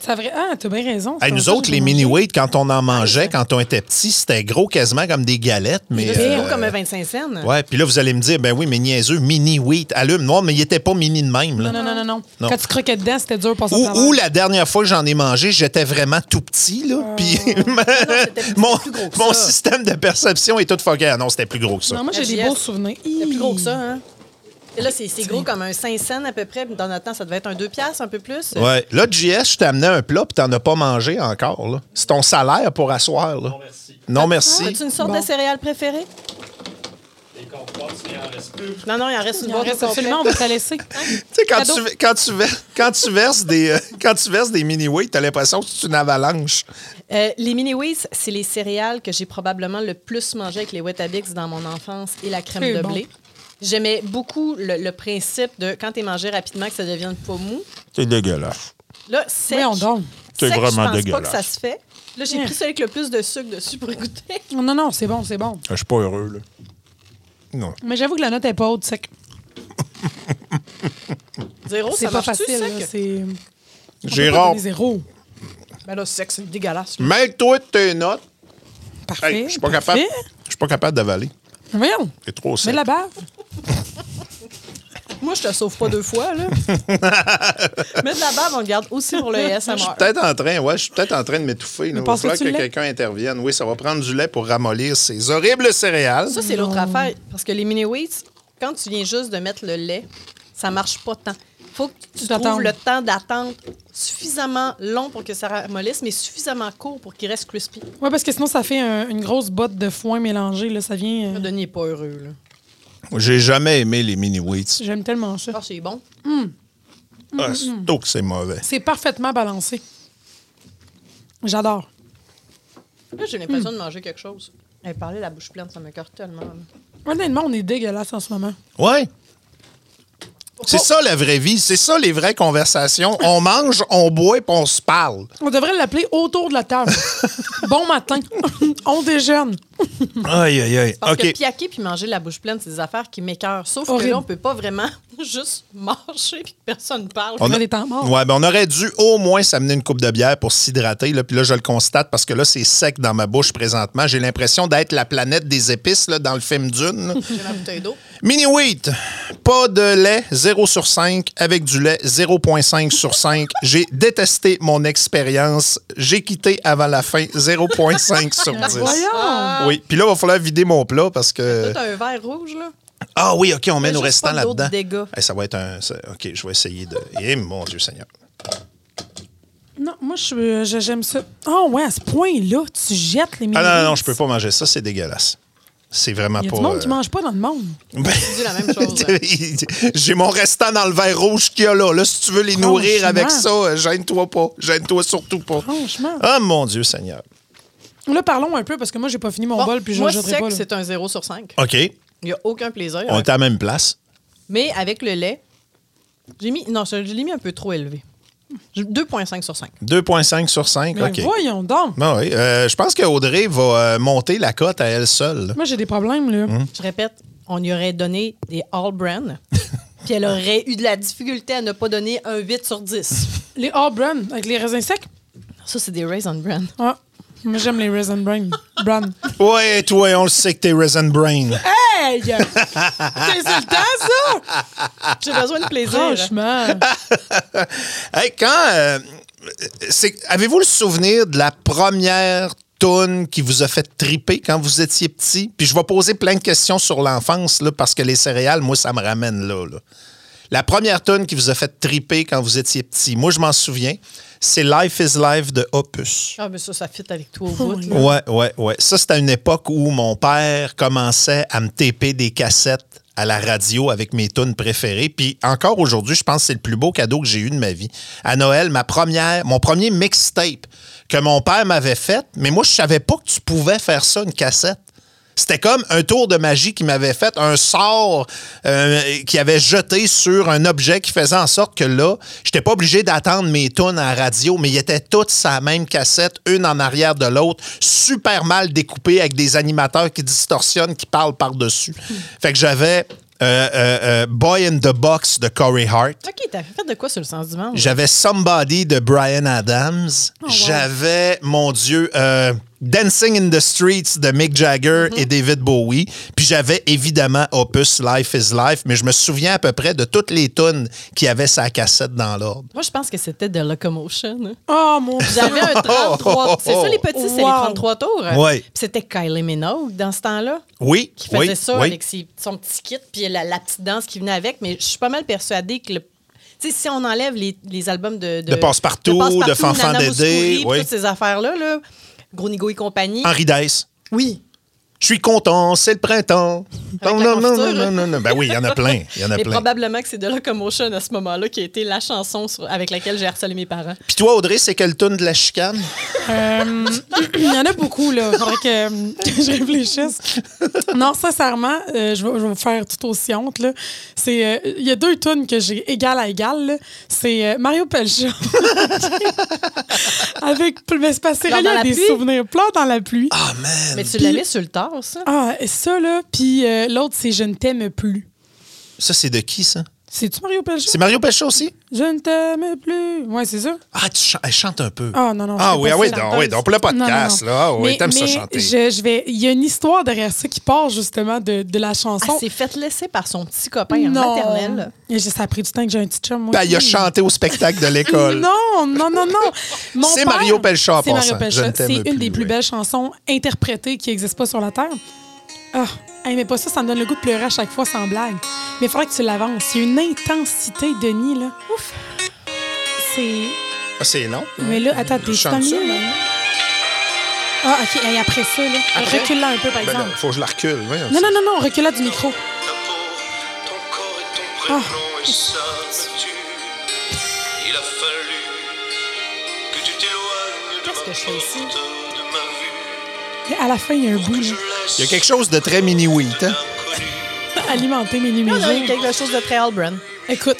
Speaker 3: C'est vrai. Ah, t'as bien raison.
Speaker 2: Hey,
Speaker 3: C'est
Speaker 2: nous
Speaker 3: ça,
Speaker 2: autres,
Speaker 3: j'ai
Speaker 2: les
Speaker 3: mangé.
Speaker 2: mini-weight, quand on en mangeait, quand on était petit, c'était gros quasiment comme des galettes. Mais,
Speaker 4: Là, c'est
Speaker 2: euh,
Speaker 4: gros comme un 25 cents.
Speaker 2: ouais, puis là, vous allez me dire, ben oui, mais niaiseux, mini-weight, allume. Non, mais il était pas mini de même. là.
Speaker 3: Non, non, non, non, non.
Speaker 2: Non.
Speaker 3: Quand tu croquais dedans, c'était dur pour ça.
Speaker 2: Ou, ou la dernière fois que j'en ai mangé, j'étais vraiment tout petit, là.
Speaker 3: Oh.
Speaker 2: Puis *laughs* mon,
Speaker 4: plus gros que
Speaker 2: mon
Speaker 4: ça.
Speaker 2: système de perception est tout fucké. Ah non, c'était plus gros que ça.
Speaker 3: Non, moi, j'ai des
Speaker 4: FGS.
Speaker 3: beaux souvenirs.
Speaker 4: C'est plus gros que ça, hein? Et là, c'est c'est gros comme un 5 cents à peu près. Dans notre temps, ça devait être un 2 piastres, un peu plus.
Speaker 2: Ouais. Là, JS, je t'ai amené un plat, puis t'en as pas mangé encore, là. C'est ton salaire pour asseoir, là. Non, merci.
Speaker 3: Ah,
Speaker 2: Non, merci.
Speaker 4: Ah, As-tu une sorte de céréales préférée? Les Non, non, il en reste une
Speaker 3: Il en
Speaker 4: boîte.
Speaker 3: reste
Speaker 4: au complet.
Speaker 3: absolument, on va te la *laughs* laisser.
Speaker 2: Tu sais, quand
Speaker 3: Cadeau.
Speaker 2: tu, ver- quand, tu ver- quand tu verses des, euh, quand tu verses des mini-weights, t'as l'impression que c'est une avalanche.
Speaker 4: Euh, les mini wheats c'est les céréales que j'ai probablement le plus mangé avec les Wetabix dans mon enfance et la crème
Speaker 3: C'est
Speaker 4: de
Speaker 3: bon.
Speaker 4: blé. J'aimais beaucoup le, le principe de quand tu mangé rapidement que ça devienne pas mou.
Speaker 2: C'est dégueulasse.
Speaker 4: Là, sec.
Speaker 3: Voyons donc.
Speaker 2: C'est
Speaker 4: sec, je
Speaker 2: vraiment
Speaker 4: pense pas
Speaker 2: dégueulasse.
Speaker 4: que ça se fait. Là, j'ai pris celui avec le plus de sucre dessus pour goûter.
Speaker 3: Non, non, c'est bon, c'est bon.
Speaker 2: Je suis pas heureux, là. Non.
Speaker 3: Mais j'avoue que la note est pas haute, sec.
Speaker 4: *laughs* Zéro,
Speaker 3: C'est
Speaker 4: Oh, ça
Speaker 3: pas
Speaker 4: marche-tu,
Speaker 3: facile. là,
Speaker 4: sec?
Speaker 3: C'est. on peut pas
Speaker 2: Gérard,
Speaker 3: donner zéro.
Speaker 4: Ben là, sec, c'est dégueulasse.
Speaker 2: mêle-toi de tes notes.
Speaker 3: Parfait.
Speaker 2: Hey, je suis pas capable.
Speaker 3: parfait.
Speaker 2: Je suis pas capable d'avaler.
Speaker 3: Voyons.
Speaker 2: C'est trop
Speaker 3: Mets
Speaker 2: sec.
Speaker 3: de la bave.
Speaker 4: Moi, je te sauve pas deux fois,
Speaker 2: *laughs*
Speaker 4: là. Mais de la bave, on le garde aussi pour le
Speaker 2: Je suis
Speaker 4: ASMR.
Speaker 2: peut-être en train, ouais, je suis peut-être en train de m'étouffer. là. Il va
Speaker 3: penses-tu
Speaker 2: falloir
Speaker 3: du
Speaker 2: que
Speaker 3: lait?
Speaker 2: quelqu'un intervienne. Oui, ça va prendre du lait pour ramollir ces horribles céréales.
Speaker 4: Ça, c'est l'autre affaire. Parce que les mini wheats quand tu viens juste de mettre le lait, ça marche pas tant. faut que tu
Speaker 3: t'attendes.
Speaker 4: trouves le temps d'attente suffisamment long pour que ça ramollisse, mais suffisamment court pour qu'il reste crispy.
Speaker 3: Ouais, parce que sinon, ça fait un- une grosse botte de foin mélangée. Là, ça vient. euh,
Speaker 4: Denis n'est pas heureux, là.
Speaker 2: J'ai jamais aimé les mini wheats.
Speaker 3: J'aime tellement ça.
Speaker 4: Ah, c'est bon.
Speaker 3: Mm-hmm.
Speaker 2: Ah, surtout que c'est mauvais.
Speaker 3: C'est parfaitement balancé. J'adore.
Speaker 4: Là, j'ai l'impression de manger quelque chose. Elle parlait la bouche pleine, ça me court tellement. là.
Speaker 3: Honnêtement, on est dégueulasse en ce moment.
Speaker 2: Ouais.
Speaker 3: Oh.
Speaker 2: C'est ça la vraie vie, c'est ça les vraies conversations. On mange, on boit, puis on se parle.
Speaker 3: On devrait l'appeler autour de
Speaker 2: *laughs*
Speaker 3: la table. bon matin. on déjeune. Mm.
Speaker 2: Aïe, aïe, aïe.
Speaker 4: Parce
Speaker 2: OK.
Speaker 4: que piaquer puis manger la bouche pleine, c'est des affaires qui m'écœurent. Sauf que
Speaker 3: Horrible.
Speaker 4: là, on peut pas vraiment *laughs* juste manger puis que personne parle.
Speaker 2: On,
Speaker 3: des temps morts.
Speaker 2: Ouais, ben on aurait dû au moins s'amener une coupe de bière pour s'hydrater. Là. Puis là, je le constate parce que là, c'est sec dans ma bouche présentement. J'ai l'impression d'être la planète des épices là, dans le film
Speaker 4: *laughs*
Speaker 2: Dune. là.
Speaker 4: J'ai ma bouteille d'eau.
Speaker 2: Mini wheat, pas de lait, 0 sur 5, avec du lait, 0,5
Speaker 4: *laughs*
Speaker 2: sur 5. J'ai détesté mon expérience. J'ai quitté avant la fin, 0,5
Speaker 4: *laughs*
Speaker 2: sur 10.
Speaker 3: Voyons.
Speaker 2: Oui, puis là, il va falloir vider mon plat parce que.
Speaker 4: *laughs* Toi, T'as un verre rouge, là.
Speaker 2: Ah oui, OK, on met
Speaker 4: Mais
Speaker 2: nos
Speaker 4: juste
Speaker 2: restants
Speaker 4: pas d'autres
Speaker 2: là-dedans.
Speaker 4: dégâts.
Speaker 2: Eh, ça va être un. ça- OK, je vais essayer de. Eh mon Dieu Seigneur.
Speaker 3: Non, moi, je, euh, je- j'aime ça. Ah ouais, à ce point-là, tu jettes les mini
Speaker 2: Ah non, non, non, je peux pas manger ça, c'est dégueulasse. C'est vraiment
Speaker 3: Il y a
Speaker 2: pas.
Speaker 3: du monde
Speaker 2: euh,
Speaker 3: qui mange pas dans le monde.
Speaker 2: *laughs* ben,
Speaker 4: dis la même
Speaker 3: *laughs*
Speaker 4: chose.
Speaker 2: *laughs* J'ai mon restant dans le verre rouge qu'il y a là. Là, si tu veux les nourrir avec ça,
Speaker 3: Franchement.
Speaker 2: euh, gêne-toi pas. Gêne-toi surtout pas.
Speaker 3: Franchement.
Speaker 2: Ah, mon Dieu, Seigneur. Ah.
Speaker 3: Là, parlons un peu parce que moi, j'ai pas fini mon
Speaker 4: Bon,
Speaker 3: bol puis je
Speaker 4: moi,
Speaker 3: ne
Speaker 4: je
Speaker 3: jetterai
Speaker 4: sais
Speaker 3: pas.
Speaker 4: que
Speaker 3: là.
Speaker 4: c'est un 0 sur 5.
Speaker 2: OK.
Speaker 4: Il n'y a aucun plaisir.
Speaker 2: On est à la même place.
Speaker 4: Mais avec le lait, j'ai mis. Non, je je l'ai mis un peu trop élevé. Je- 2,5 sur 5.
Speaker 2: 2,5 sur 5.
Speaker 3: Mais
Speaker 2: OK.
Speaker 3: voyons donc.
Speaker 2: Ah oui. Euh, je pense qu'Audrey va euh, monter la cote à elle
Speaker 3: *laughs*
Speaker 2: seule.
Speaker 3: Moi, j'ai des problèmes, là.
Speaker 2: Hum.
Speaker 4: Je répète, on y aurait donné des all brand,
Speaker 2: *laughs*
Speaker 4: puis elle aurait eu de la difficulté à ne pas donner un 8 sur 10.
Speaker 3: Les all bran avec les raisins secs.
Speaker 4: Ça, c'est des raisin brand.
Speaker 2: *laughs*
Speaker 3: Ah. Moi, j'aime les raisin bran. bran.
Speaker 2: Ouais, toi, on le sait que t'es Raisin Brain.
Speaker 3: *laughs* Hey! C'est insultant, ça!
Speaker 4: J'ai besoin de plaisir.
Speaker 3: Franchement.
Speaker 2: Hey, quand. euh, c'est- Avez-vous le souvenir de la première toune qui vous a fait triper quand vous étiez petit? Puis je vais poser plein de questions sur l'enfance, là, parce que les céréales, moi, ça me ramène là. là. La première toune qui vous a fait triper quand vous étiez petit, moi, je m'en souviens, c'est Life is Life de Opus.
Speaker 4: Ah, mais ça, ça fit avec toi au
Speaker 3: Oh
Speaker 4: bout. là.
Speaker 2: Ouais, ouais, ouais. Ça, c'était à une époque où mon père commençait à me taper des cassettes à la radio avec mes tunes préférées. Puis encore aujourd'hui, je pense que c'est le plus beau cadeau que j'ai eu de ma vie. À Noël, ma première, mon premier mixtape que mon père m'avait fait, mais moi, je savais pas que tu pouvais faire ça, une cassette. C'était comme un tour de magie qui m'avait fait, un sort euh, qui avait jeté sur un objet qui faisait en sorte que là, j'étais pas obligé d'attendre mes tunes à la radio, mais ils étaient toutes sa même cassette, une en arrière de l'autre, super mal découpées avec des animateurs qui distorsionnent, qui parlent par-dessus. Fait que j'avais euh, euh, euh, Boy in the Box de Corey Hart.
Speaker 4: OK, t'as fait de quoi sur le sens du monde?
Speaker 2: J'avais Somebody de Brian Adams.
Speaker 4: Oh,
Speaker 2: J'avais, mon Dieu, euh, Dancing in the Streets de Mick Jagger
Speaker 4: Mm-hmm.
Speaker 2: et David Bowie. Puis j'avais évidemment Opus Life is Life, mais je me souviens à peu près de toutes les tunes qui avaient sa cassette dans l'ordre.
Speaker 4: Moi, je pense que c'était de locomotion. hein.
Speaker 3: Oh, mon Dieu.
Speaker 4: J'avais
Speaker 2: *laughs*
Speaker 4: un
Speaker 2: Oh,
Speaker 4: 33 C'est ça, les petits, c'est les
Speaker 3: Wow.
Speaker 4: 33 tours.
Speaker 2: Ouais.
Speaker 4: Puis c'était Kylie Minogue dans ce temps-là.
Speaker 2: Oui,
Speaker 4: Qui faisait
Speaker 2: oui,
Speaker 4: ça
Speaker 2: oui.
Speaker 4: avec ses- son petit kit puis la, la petite danse qui venait avec. Mais je suis pas mal persuadée que le- tu sais, si on enlève les, les albums de...
Speaker 2: De Passe-Partout, de Fanfan
Speaker 4: Nana Mouskouri,
Speaker 2: Dédé,
Speaker 4: puis
Speaker 2: oui.
Speaker 4: toutes ces affaires-là, là, Gros Nigo et compagnie.
Speaker 2: Henri Dice.
Speaker 4: Oui.
Speaker 2: Je suis content, c'est le printemps.
Speaker 4: Avec
Speaker 2: Non,
Speaker 4: la
Speaker 2: non, non,
Speaker 4: confiture.
Speaker 2: non, non, non. Ben oui, il y en a plein. Il y en a
Speaker 4: Mais
Speaker 2: plein.
Speaker 4: probablement que c'est de Locomotion à ce moment-là qui a été la chanson sur- avec laquelle j'ai harcelé mes parents.
Speaker 2: Puis toi, Audrey, c'est quelle tune de la chicane?
Speaker 3: Euh, *clears throat* Il y en a beaucoup, là. Faudrait que, que *laughs* je réfléchisse. Non, sincèrement, euh, je, vais, je vais vous faire tout aussi honte, là. C'est, euh, il y a deux tunes que j'ai égal à égal, là. C'est euh, Mario Pelcha. *laughs* Avec. Mais c'est parce que c'est
Speaker 4: Pleure
Speaker 3: relié
Speaker 4: dans
Speaker 3: à
Speaker 4: la
Speaker 3: des
Speaker 4: pluie.
Speaker 3: souvenirs. Pleure dans la pluie. Ah,
Speaker 4: Mais tu l'avais sur le tard, ça?
Speaker 3: et ça, là. Puis euh, l'autre, c'est Je ne t'aime plus.
Speaker 2: Ça, c'est de qui, ça?
Speaker 3: C'est-tu Mario Pelcha?
Speaker 2: C'est Mario Pelcha aussi?
Speaker 3: Je ne t'aime plus. Ouais, c'est ça.
Speaker 2: Ah, tu chan- elle chante un peu.
Speaker 3: Ah non, non. je
Speaker 2: Ah
Speaker 3: serais
Speaker 2: oui,
Speaker 3: pas
Speaker 2: ah oui,
Speaker 3: chanteuse.
Speaker 2: donc, oui, donc pour le podcast,
Speaker 3: Non, non, non.
Speaker 2: là, ah oui,
Speaker 3: Mais-
Speaker 2: t'aimes ça
Speaker 3: mais
Speaker 2: chanter.
Speaker 3: Je, je vais... Il y a une histoire derrière ça qui part justement de, de la
Speaker 4: Elle
Speaker 3: chanson.
Speaker 4: s'est faite Ah, laisser par son petit copain en
Speaker 3: non.
Speaker 4: maternelle.
Speaker 3: Et je- ça a pris du temps que j'ai un petit chum. moi
Speaker 2: Ben, il a
Speaker 3: aussi.
Speaker 2: chanté au spectacle de l'école.
Speaker 3: Non, non, non, non.
Speaker 2: *laughs*
Speaker 3: Mon
Speaker 2: C'est
Speaker 3: père-
Speaker 2: Mario Pelcha, en
Speaker 3: C'est Mario
Speaker 2: passant. Je ne
Speaker 3: Pelcha.
Speaker 2: t'aime
Speaker 3: C'est une
Speaker 2: plus,
Speaker 3: des plus
Speaker 2: ouais.
Speaker 3: belles chansons interprétées qui n'existent pas sur la Terre. Ah, hey, mais pas ça, ça me donne le goût de pleurer à chaque fois sans blague. Mais il faudrait que tu l'avances. Il y a une intensité, Denis, là. Ouf. C'est.
Speaker 2: Ah, c'est long.
Speaker 3: Mais là, attends, t'es
Speaker 2: Chante ça,
Speaker 3: mieux,
Speaker 2: là.
Speaker 3: là. Ah, OK. Et après ça, là.
Speaker 2: Après?
Speaker 3: Recule-la un peu, par
Speaker 2: Ben,
Speaker 3: exemple.
Speaker 2: non, faut que je la recule. voyons.
Speaker 3: non, non, non, non, recule-la du micro.
Speaker 6: Ta peau, ton corps et ton
Speaker 3: Ah.
Speaker 6: prénom et ça me tue. Il a fallu que tu t'éloignes de ma
Speaker 4: Qu'est-ce que je fais ici?
Speaker 6: porte, de ma vue,
Speaker 3: À la fin, il y a un bout,
Speaker 6: que je
Speaker 3: là. *laughs*
Speaker 6: laisse
Speaker 2: Il y a quelque chose de très mini-wheat. hein?
Speaker 6: l'inconnu.
Speaker 3: Alimenter mes numéros.
Speaker 4: Non, non, il y a quelque chose de très Albrand.
Speaker 3: Écoute,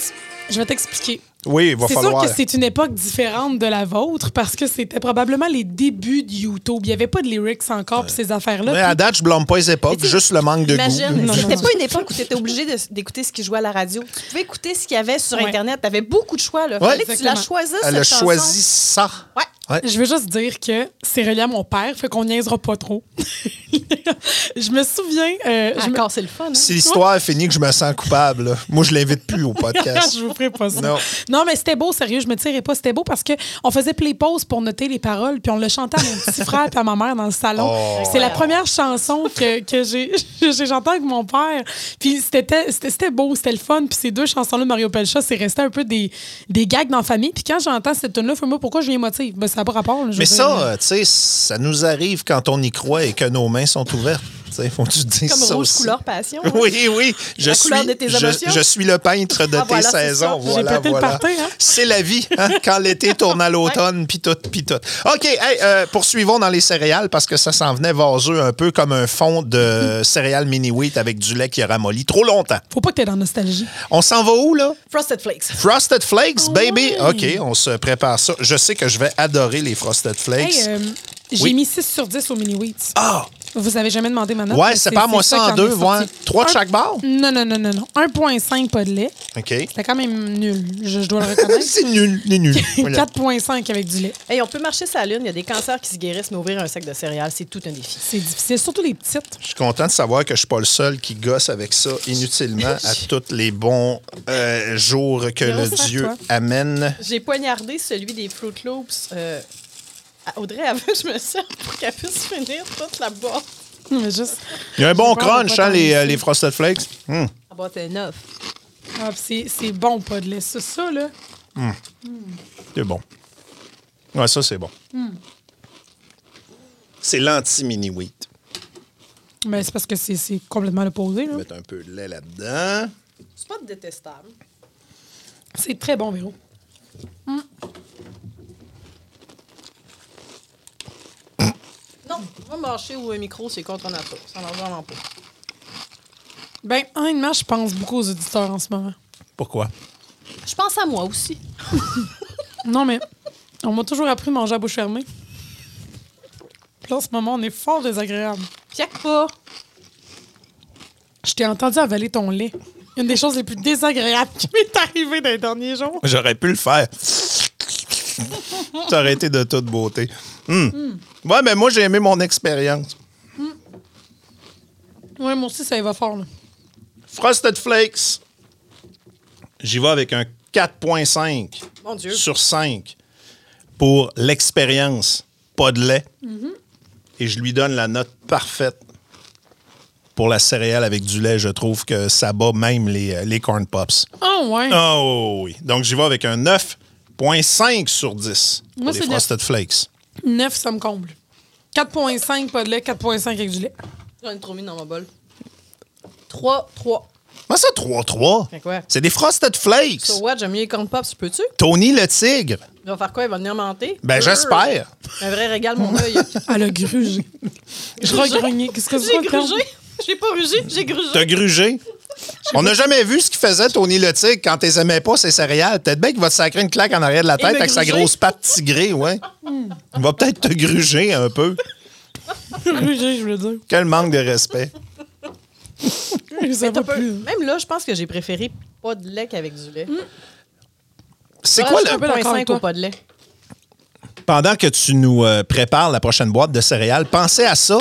Speaker 3: je vais t'expliquer.
Speaker 2: Oui, il va
Speaker 3: C'est sûr
Speaker 2: falloir.
Speaker 3: que c'est une époque différente de la vôtre parce que c'était probablement les débuts de YouTube. Il n'y avait pas de lyrics encore pour ces affaires-là.
Speaker 2: Mais à date, je blâme pas les époques,
Speaker 4: Mais tu-
Speaker 2: juste le manque de goût.
Speaker 4: Imagine,
Speaker 3: Non,
Speaker 4: c'était
Speaker 3: non.
Speaker 4: pas une époque où tu étais obligé de- d'écouter ce qui jouait à la radio. Tu pouvais écouter ce qu'il y avait sur
Speaker 3: Ouais.
Speaker 4: Internet. Tu avais beaucoup de choix. Là.
Speaker 2: Ouais.
Speaker 4: Fallait que tu la
Speaker 3: Exactement.
Speaker 4: choisisses.
Speaker 2: Elle a
Speaker 4: cette chanson.
Speaker 2: choisi ça.
Speaker 4: Ouais.
Speaker 2: Ouais.
Speaker 3: Je veux juste dire que c'est relié à mon père, fait qu'on niaisera pas trop. *laughs* je me souviens. euh, je, me-
Speaker 4: Encore, c'est le fun. hein.
Speaker 2: Si l'histoire est finie, que je me sens coupable, là. moi, je l'invite plus
Speaker 3: *laughs*
Speaker 2: au podcast.
Speaker 3: je vous ferai pas ça.
Speaker 2: Non.
Speaker 3: Non, mais c'était beau, sérieux, je me tirais pas. C'était beau parce que on faisait play pause pour noter les paroles, puis on le chantait à mon petit frère et à ma mère dans le salon.
Speaker 2: Oh.
Speaker 3: C'est la première chanson que, que j'ai *laughs* j'ai- j'entends avec mon père. Puis c'était c'était- c'était beau, c'était le fun. Puis ces deux chansons-là, de Mario Pelcha, c'est resté un peu des, des gags dans la famille. Puis quand j'entends cette tune-là, faut moi pourquoi je viens émotive? Ben, ça n'a pas rapport. là, je
Speaker 2: Mais
Speaker 3: veux
Speaker 2: ça,
Speaker 3: dire.
Speaker 2: euh, tu sais, ça nous arrive quand on y croit et que nos mains sont ouvertes. Tu sais, faut-tu te dire
Speaker 4: Comme
Speaker 2: ça
Speaker 4: rouge
Speaker 2: aussi?
Speaker 4: couleur passion. hein.
Speaker 2: *laughs* Oui, oui. Je
Speaker 4: La
Speaker 2: suis,
Speaker 4: couleur de tes
Speaker 2: je,
Speaker 4: émotions.
Speaker 2: je suis le peintre de
Speaker 4: Ah,
Speaker 2: tes
Speaker 4: voilà, c'est
Speaker 2: saisons.
Speaker 4: ça. J'ai
Speaker 2: Voilà,
Speaker 3: pété le
Speaker 2: voilà.
Speaker 3: party, hein?
Speaker 2: C'est la vie,
Speaker 3: *laughs*
Speaker 2: hein, quand l'été tourne à l'automne, puis tout, puis tout. OK, hey, euh, poursuivons dans les céréales parce que ça s'en venait vaseux un peu comme un fond
Speaker 3: *laughs*
Speaker 2: de céréales mini-wheat avec du lait qui a ramolli trop longtemps.
Speaker 3: Faut pas que t'aies dans la nostalgie.
Speaker 2: On s'en va où, là?
Speaker 4: Frosted Flakes.
Speaker 2: Frosted
Speaker 3: Ah
Speaker 2: Flakes, baby! OK, on se prépare ça. Je sais que je vais adorer les Frosted Flakes.
Speaker 3: Hey, euh, j'ai
Speaker 2: Oui.
Speaker 3: mis 6 sur 10 au mini wheats.
Speaker 2: Ah!
Speaker 3: Vous avez jamais demandé ma note.
Speaker 2: Ouais,
Speaker 3: mais
Speaker 2: sépare-moi ça en
Speaker 3: qui
Speaker 2: deux,
Speaker 3: est sorti.
Speaker 2: ouais. Trois de
Speaker 3: Un-
Speaker 2: chaque barre?
Speaker 3: Non, non, non, non, non. 1,5 pas de lait.
Speaker 2: OK.
Speaker 3: C'était quand même nul, je, je dois le reconnaître.
Speaker 2: *laughs* C'est nul, c'est
Speaker 3: *laughs*
Speaker 2: nul. Voilà.
Speaker 3: 4,5 avec du lait.
Speaker 4: Hey, on peut marcher sur la lune. Il y a des cancers qui se guérissent, mais ouvrir un sac de céréales, c'est tout un défi.
Speaker 3: C'est difficile, surtout les petites. *laughs*
Speaker 2: Je suis content de savoir que je suis pas le seul qui gosse avec ça inutilement *laughs* à tous les bons euh, jours que le
Speaker 3: Grosse à
Speaker 2: Dieu
Speaker 3: toi.
Speaker 2: amène.
Speaker 4: J'ai poignardé celui des Fruit Loops. euh, à Audrey, avant que je me sers pour qu'elle puisse finir toute la boîte.
Speaker 3: Mais juste.
Speaker 2: Il y a un bon
Speaker 3: J'ai peur de
Speaker 2: crunch,
Speaker 3: pas
Speaker 2: hein, les,
Speaker 3: t'en
Speaker 2: euh, les Frosted Flakes. Hmm.
Speaker 4: La boîte est neuve.
Speaker 3: Ah, pis c'est c'est bon, pas de lait. Ça, ça, là.
Speaker 2: C'est bon. Ouais, ça, c'est bon. Hmm. C'est l'anti-mini-wheat.
Speaker 3: Mais c'est parce que c'est- c'est complètement l'opposé. là.
Speaker 2: Je vais mettre un peu de lait là-dedans.
Speaker 4: C'est pas détestable.
Speaker 3: C'est très bon, Véro.
Speaker 4: Non, va marcher ou un micro, c'est contre nature. Ça n'en vend pas.
Speaker 3: Ben, honnêtement, je pense beaucoup aux auditeurs en ce moment.
Speaker 2: Pourquoi?
Speaker 4: Je pense à moi aussi.
Speaker 3: Non, mais on m'a toujours appris à manger à bouche fermée. Puis là, en ce moment, on est fort désagréable.
Speaker 4: Fiac pas.
Speaker 3: Je t'ai entendu avaler ton lait. Une des choses les plus désagréables qui m'est arrivée dans les derniers jours.
Speaker 2: J'aurais pu le faire. Ça aurait été de toute beauté. Hmm. Ouais, mais moi, j'ai aimé mon expérience.
Speaker 3: Ouais, moi aussi, ça y va fort, là.
Speaker 2: Frosted Flakes. J'y vais avec un 4.5
Speaker 4: Mon Dieu.
Speaker 2: sur 5 pour l'expérience, pas de lait.
Speaker 4: Mm-hmm.
Speaker 2: Et je lui donne la note parfaite pour la céréale avec du lait. Je trouve que ça bat même les, euh, les Corn Pops.
Speaker 4: Ah,
Speaker 3: Oh, ouais.
Speaker 2: Oh oui. Donc j'y vais avec un 9.5 sur 10 pour
Speaker 3: Moi,
Speaker 2: les
Speaker 3: c'est neuf.
Speaker 2: Frosted Flakes.
Speaker 3: 9, ça me comble. 4,5 pas de lait, 4,5 avec du lait.
Speaker 4: J'en ai trop mis dans mon bol. 3, 3.
Speaker 2: Moi, ça, 3-3.
Speaker 4: Fait quoi?
Speaker 2: C'est des Frosted Flakes.
Speaker 4: So what, j'aime mieux les corn pops, peux-tu?
Speaker 2: Tony le Tigre.
Speaker 4: Il va faire quoi? Il va venir menter?
Speaker 2: Ben, j'espère.
Speaker 4: Un vrai régal, mon
Speaker 3: *laughs*
Speaker 4: œil.
Speaker 3: Elle a grugé. Je regrugné. Qu'est-ce que c'est
Speaker 4: J'ai
Speaker 3: quoi le terme?
Speaker 4: grugé. J'ai pas rugé, j'ai grugé.
Speaker 2: T'as grugé. On n'a jamais vu ce qu'il faisait, Tony le Tigre, quand t'es aimais pas ses céréales. Peut-être bien qu'il va te sacrer une claque en arrière de la tête
Speaker 4: me
Speaker 2: avec sa
Speaker 4: gruger.
Speaker 2: grosse patte tigrée, ouais. Il va peut-être te gruger un peu.
Speaker 3: Grugé, je veux dire.
Speaker 2: Quel manque de respect.
Speaker 3: Ça va
Speaker 4: T'as pas-
Speaker 3: plus.
Speaker 4: Même là, je pense que j'ai préféré pas de lait qu'avec du lait.
Speaker 2: C'est quoi
Speaker 3: Mm. Ah, je suis un
Speaker 2: le...
Speaker 3: peu d'accord avec
Speaker 4: 1.5
Speaker 3: toi.
Speaker 4: ou pas de lait?
Speaker 2: Pendant que tu nous euh, prépares la prochaine boîte de céréales, pensez à ça.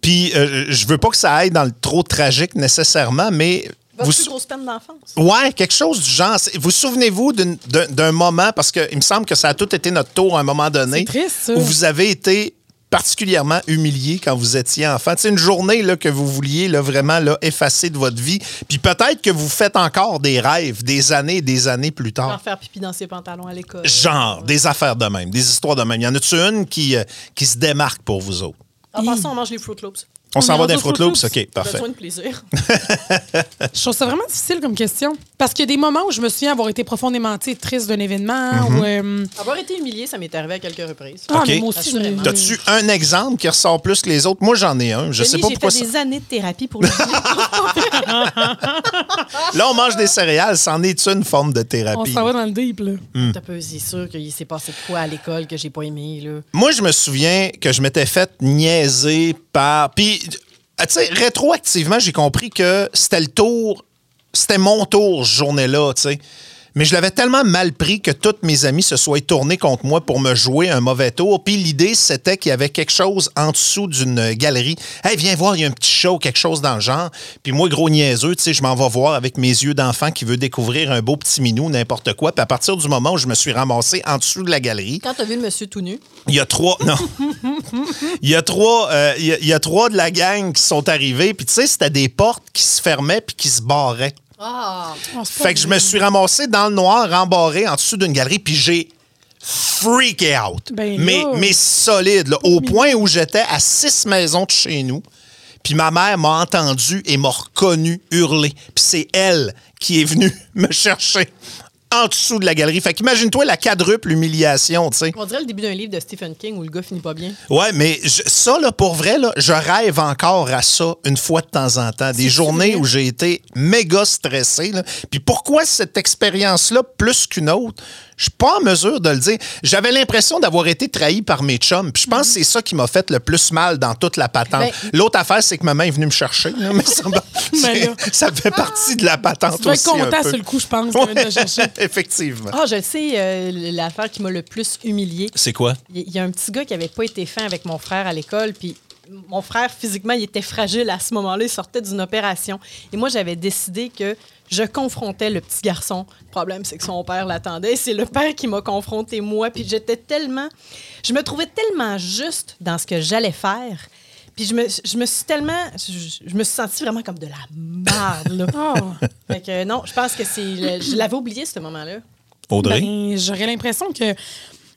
Speaker 2: Puis euh, je veux pas que ça aille dans le trop tragique nécessairement, mais...
Speaker 4: Votre
Speaker 2: vous-
Speaker 4: plus grosse peine d'enfance.
Speaker 2: Ouais, quelque chose du genre. C'est- Vous souvenez-vous d'une- d'un d'un moment, parce qu'il me semble que ça a tout été notre tour à un moment donné,
Speaker 3: C'est triste, ça.
Speaker 2: où vous avez été particulièrement humilié quand vous étiez enfant. C'est une journée là, que vous vouliez là, vraiment là, effacer de votre vie. Puis peut-être que vous faites encore des rêves des années et des années plus
Speaker 4: Faire
Speaker 2: tard.
Speaker 4: faire pipi dans ses pantalons à l'école.
Speaker 2: Genre, des affaires de même, des histoires de même. Y en a-tu une qui, euh, qui se démarque pour vous autres?
Speaker 4: En passant, on mange les Fruit Loops.
Speaker 2: On
Speaker 3: On
Speaker 2: s'en
Speaker 3: est
Speaker 2: va
Speaker 3: rendu
Speaker 2: d'un
Speaker 3: aux
Speaker 2: Froot
Speaker 3: Froot
Speaker 2: Loops?
Speaker 3: Loops.
Speaker 2: OK, parfait.
Speaker 4: Besoin de plaisir.
Speaker 3: Je trouve ça vraiment difficile comme question. Parce qu'il y a des moments où je me souviens avoir été profondément tu sais, triste d'un événement. ou, euh,
Speaker 4: Avoir été humilié, ça m'est arrivé à quelques reprises.
Speaker 3: Ah,
Speaker 2: Mhm. Ok.
Speaker 3: mais moi aussi, je me-
Speaker 4: Assurément.
Speaker 2: T'as-tu un exemple qui ressort plus que les autres? Moi, j'en ai un. Je sais
Speaker 4: Denis,
Speaker 2: pas
Speaker 4: j'ai
Speaker 2: pourquoi
Speaker 4: fait
Speaker 2: ça...
Speaker 4: des années de thérapie
Speaker 2: *laughs*
Speaker 4: pour le
Speaker 2: Là, on mange des céréales, c'en est une forme de
Speaker 3: On
Speaker 2: thérapie.
Speaker 3: s'en va dans le deep, là.
Speaker 2: Hmm.
Speaker 4: T'as peu, c'est sûr qu'il s'est passé de quoi à l'école que j'ai pas aimé, là.
Speaker 2: Moi, je me souviens que je m'étais fait niaiser par. Puis, euh, tu sais, rétroactivement, j'ai compris que c'était le tour. C'était mon tour, ce journée-là, tu sais. Mais je l'avais tellement mal pris que toutes mes amis se soient tournés contre moi pour me jouer un mauvais tour. Puis l'idée, c'était qu'il y avait quelque chose en dessous d'une galerie. Hey, viens voir, il y a un petit show, quelque chose dans le genre. Puis moi, gros niaiseux, tu sais, je m'en vais voir avec mes yeux d'enfant qui veut découvrir un beau petit minou, n'importe quoi. Puis à partir du moment où je me suis ramassé en dessous de la galerie,
Speaker 4: Quand t'as vu le monsieur tout nu,
Speaker 2: il y a trois. Non. il, y a trois euh, il, y a, il y a trois de la gang qui sont arrivés. Puis, tu sais, c'était des portes qui se fermaient puis qui se barraient.
Speaker 4: ah,
Speaker 3: On se
Speaker 2: Fait que je me suis ramassé dans le noir, embarré en dessous d'une galerie. Puis, j'ai freaké out.
Speaker 3: Ben
Speaker 2: mais,
Speaker 3: là.
Speaker 2: mais solide, là, au point où j'étais à six maisons de chez nous. Puis ma mère m'a entendu et m'a reconnu hurler. Puis c'est elle qui est venue *laughs* me chercher en dessous de la galerie. Fait qu'imagine-toi la quadruple humiliation, tu sais.
Speaker 4: On dirait le début d'un livre de Stephen King où le gars finit pas bien.
Speaker 2: Ouais, mais je- ça, là, pour vrai, là, je rêve encore à ça une fois de temps en temps. Des journées où j'ai été méga stressé. là. Puis pourquoi cette expérience-là, plus qu'une autre, je suis pas en mesure de le dire. J'avais l'impression d'avoir été trahi par mes chums. Puis je pense que
Speaker 3: Mhm.
Speaker 2: c'est ça qui m'a fait le plus mal dans toute la patente.
Speaker 4: Ben-
Speaker 2: L'autre affaire, c'est que maman est venue me chercher. là, mais
Speaker 3: *laughs*
Speaker 2: ça,
Speaker 3: Mais là-
Speaker 2: ça fait partie de la patente
Speaker 3: Ah! Tu vas être
Speaker 2: aussi un
Speaker 3: content
Speaker 2: peu.
Speaker 3: sur le coup, je pense, de
Speaker 2: Ouais, *laughs*
Speaker 3: venir te chercher.
Speaker 2: Effectivement.
Speaker 4: Ah, je le sais, euh, l'affaire qui m'a le plus humiliée.
Speaker 2: C'est quoi?
Speaker 4: Il y- y a un petit gars qui avait pas été fin avec mon frère à l'école, puis mon frère, physiquement, il était fragile à ce moment-là. Il sortait d'une opération. Et moi, j'avais décidé que je confrontais le petit garçon. Le problème, c'est que son père l'attendait. C'est le père qui m'a confronté, moi. Puis j'étais tellement... Je me trouvais tellement juste dans ce que j'allais faire. Puis je me, je me suis tellement... Je, je me suis sentie vraiment comme de la merde,
Speaker 3: *laughs*
Speaker 4: là.
Speaker 3: Oh.
Speaker 4: Fait que non, je pense que c'est... le- Je l'avais oublié, ce moment-là.
Speaker 2: Audrey?
Speaker 3: Ben, j'aurais l'impression que.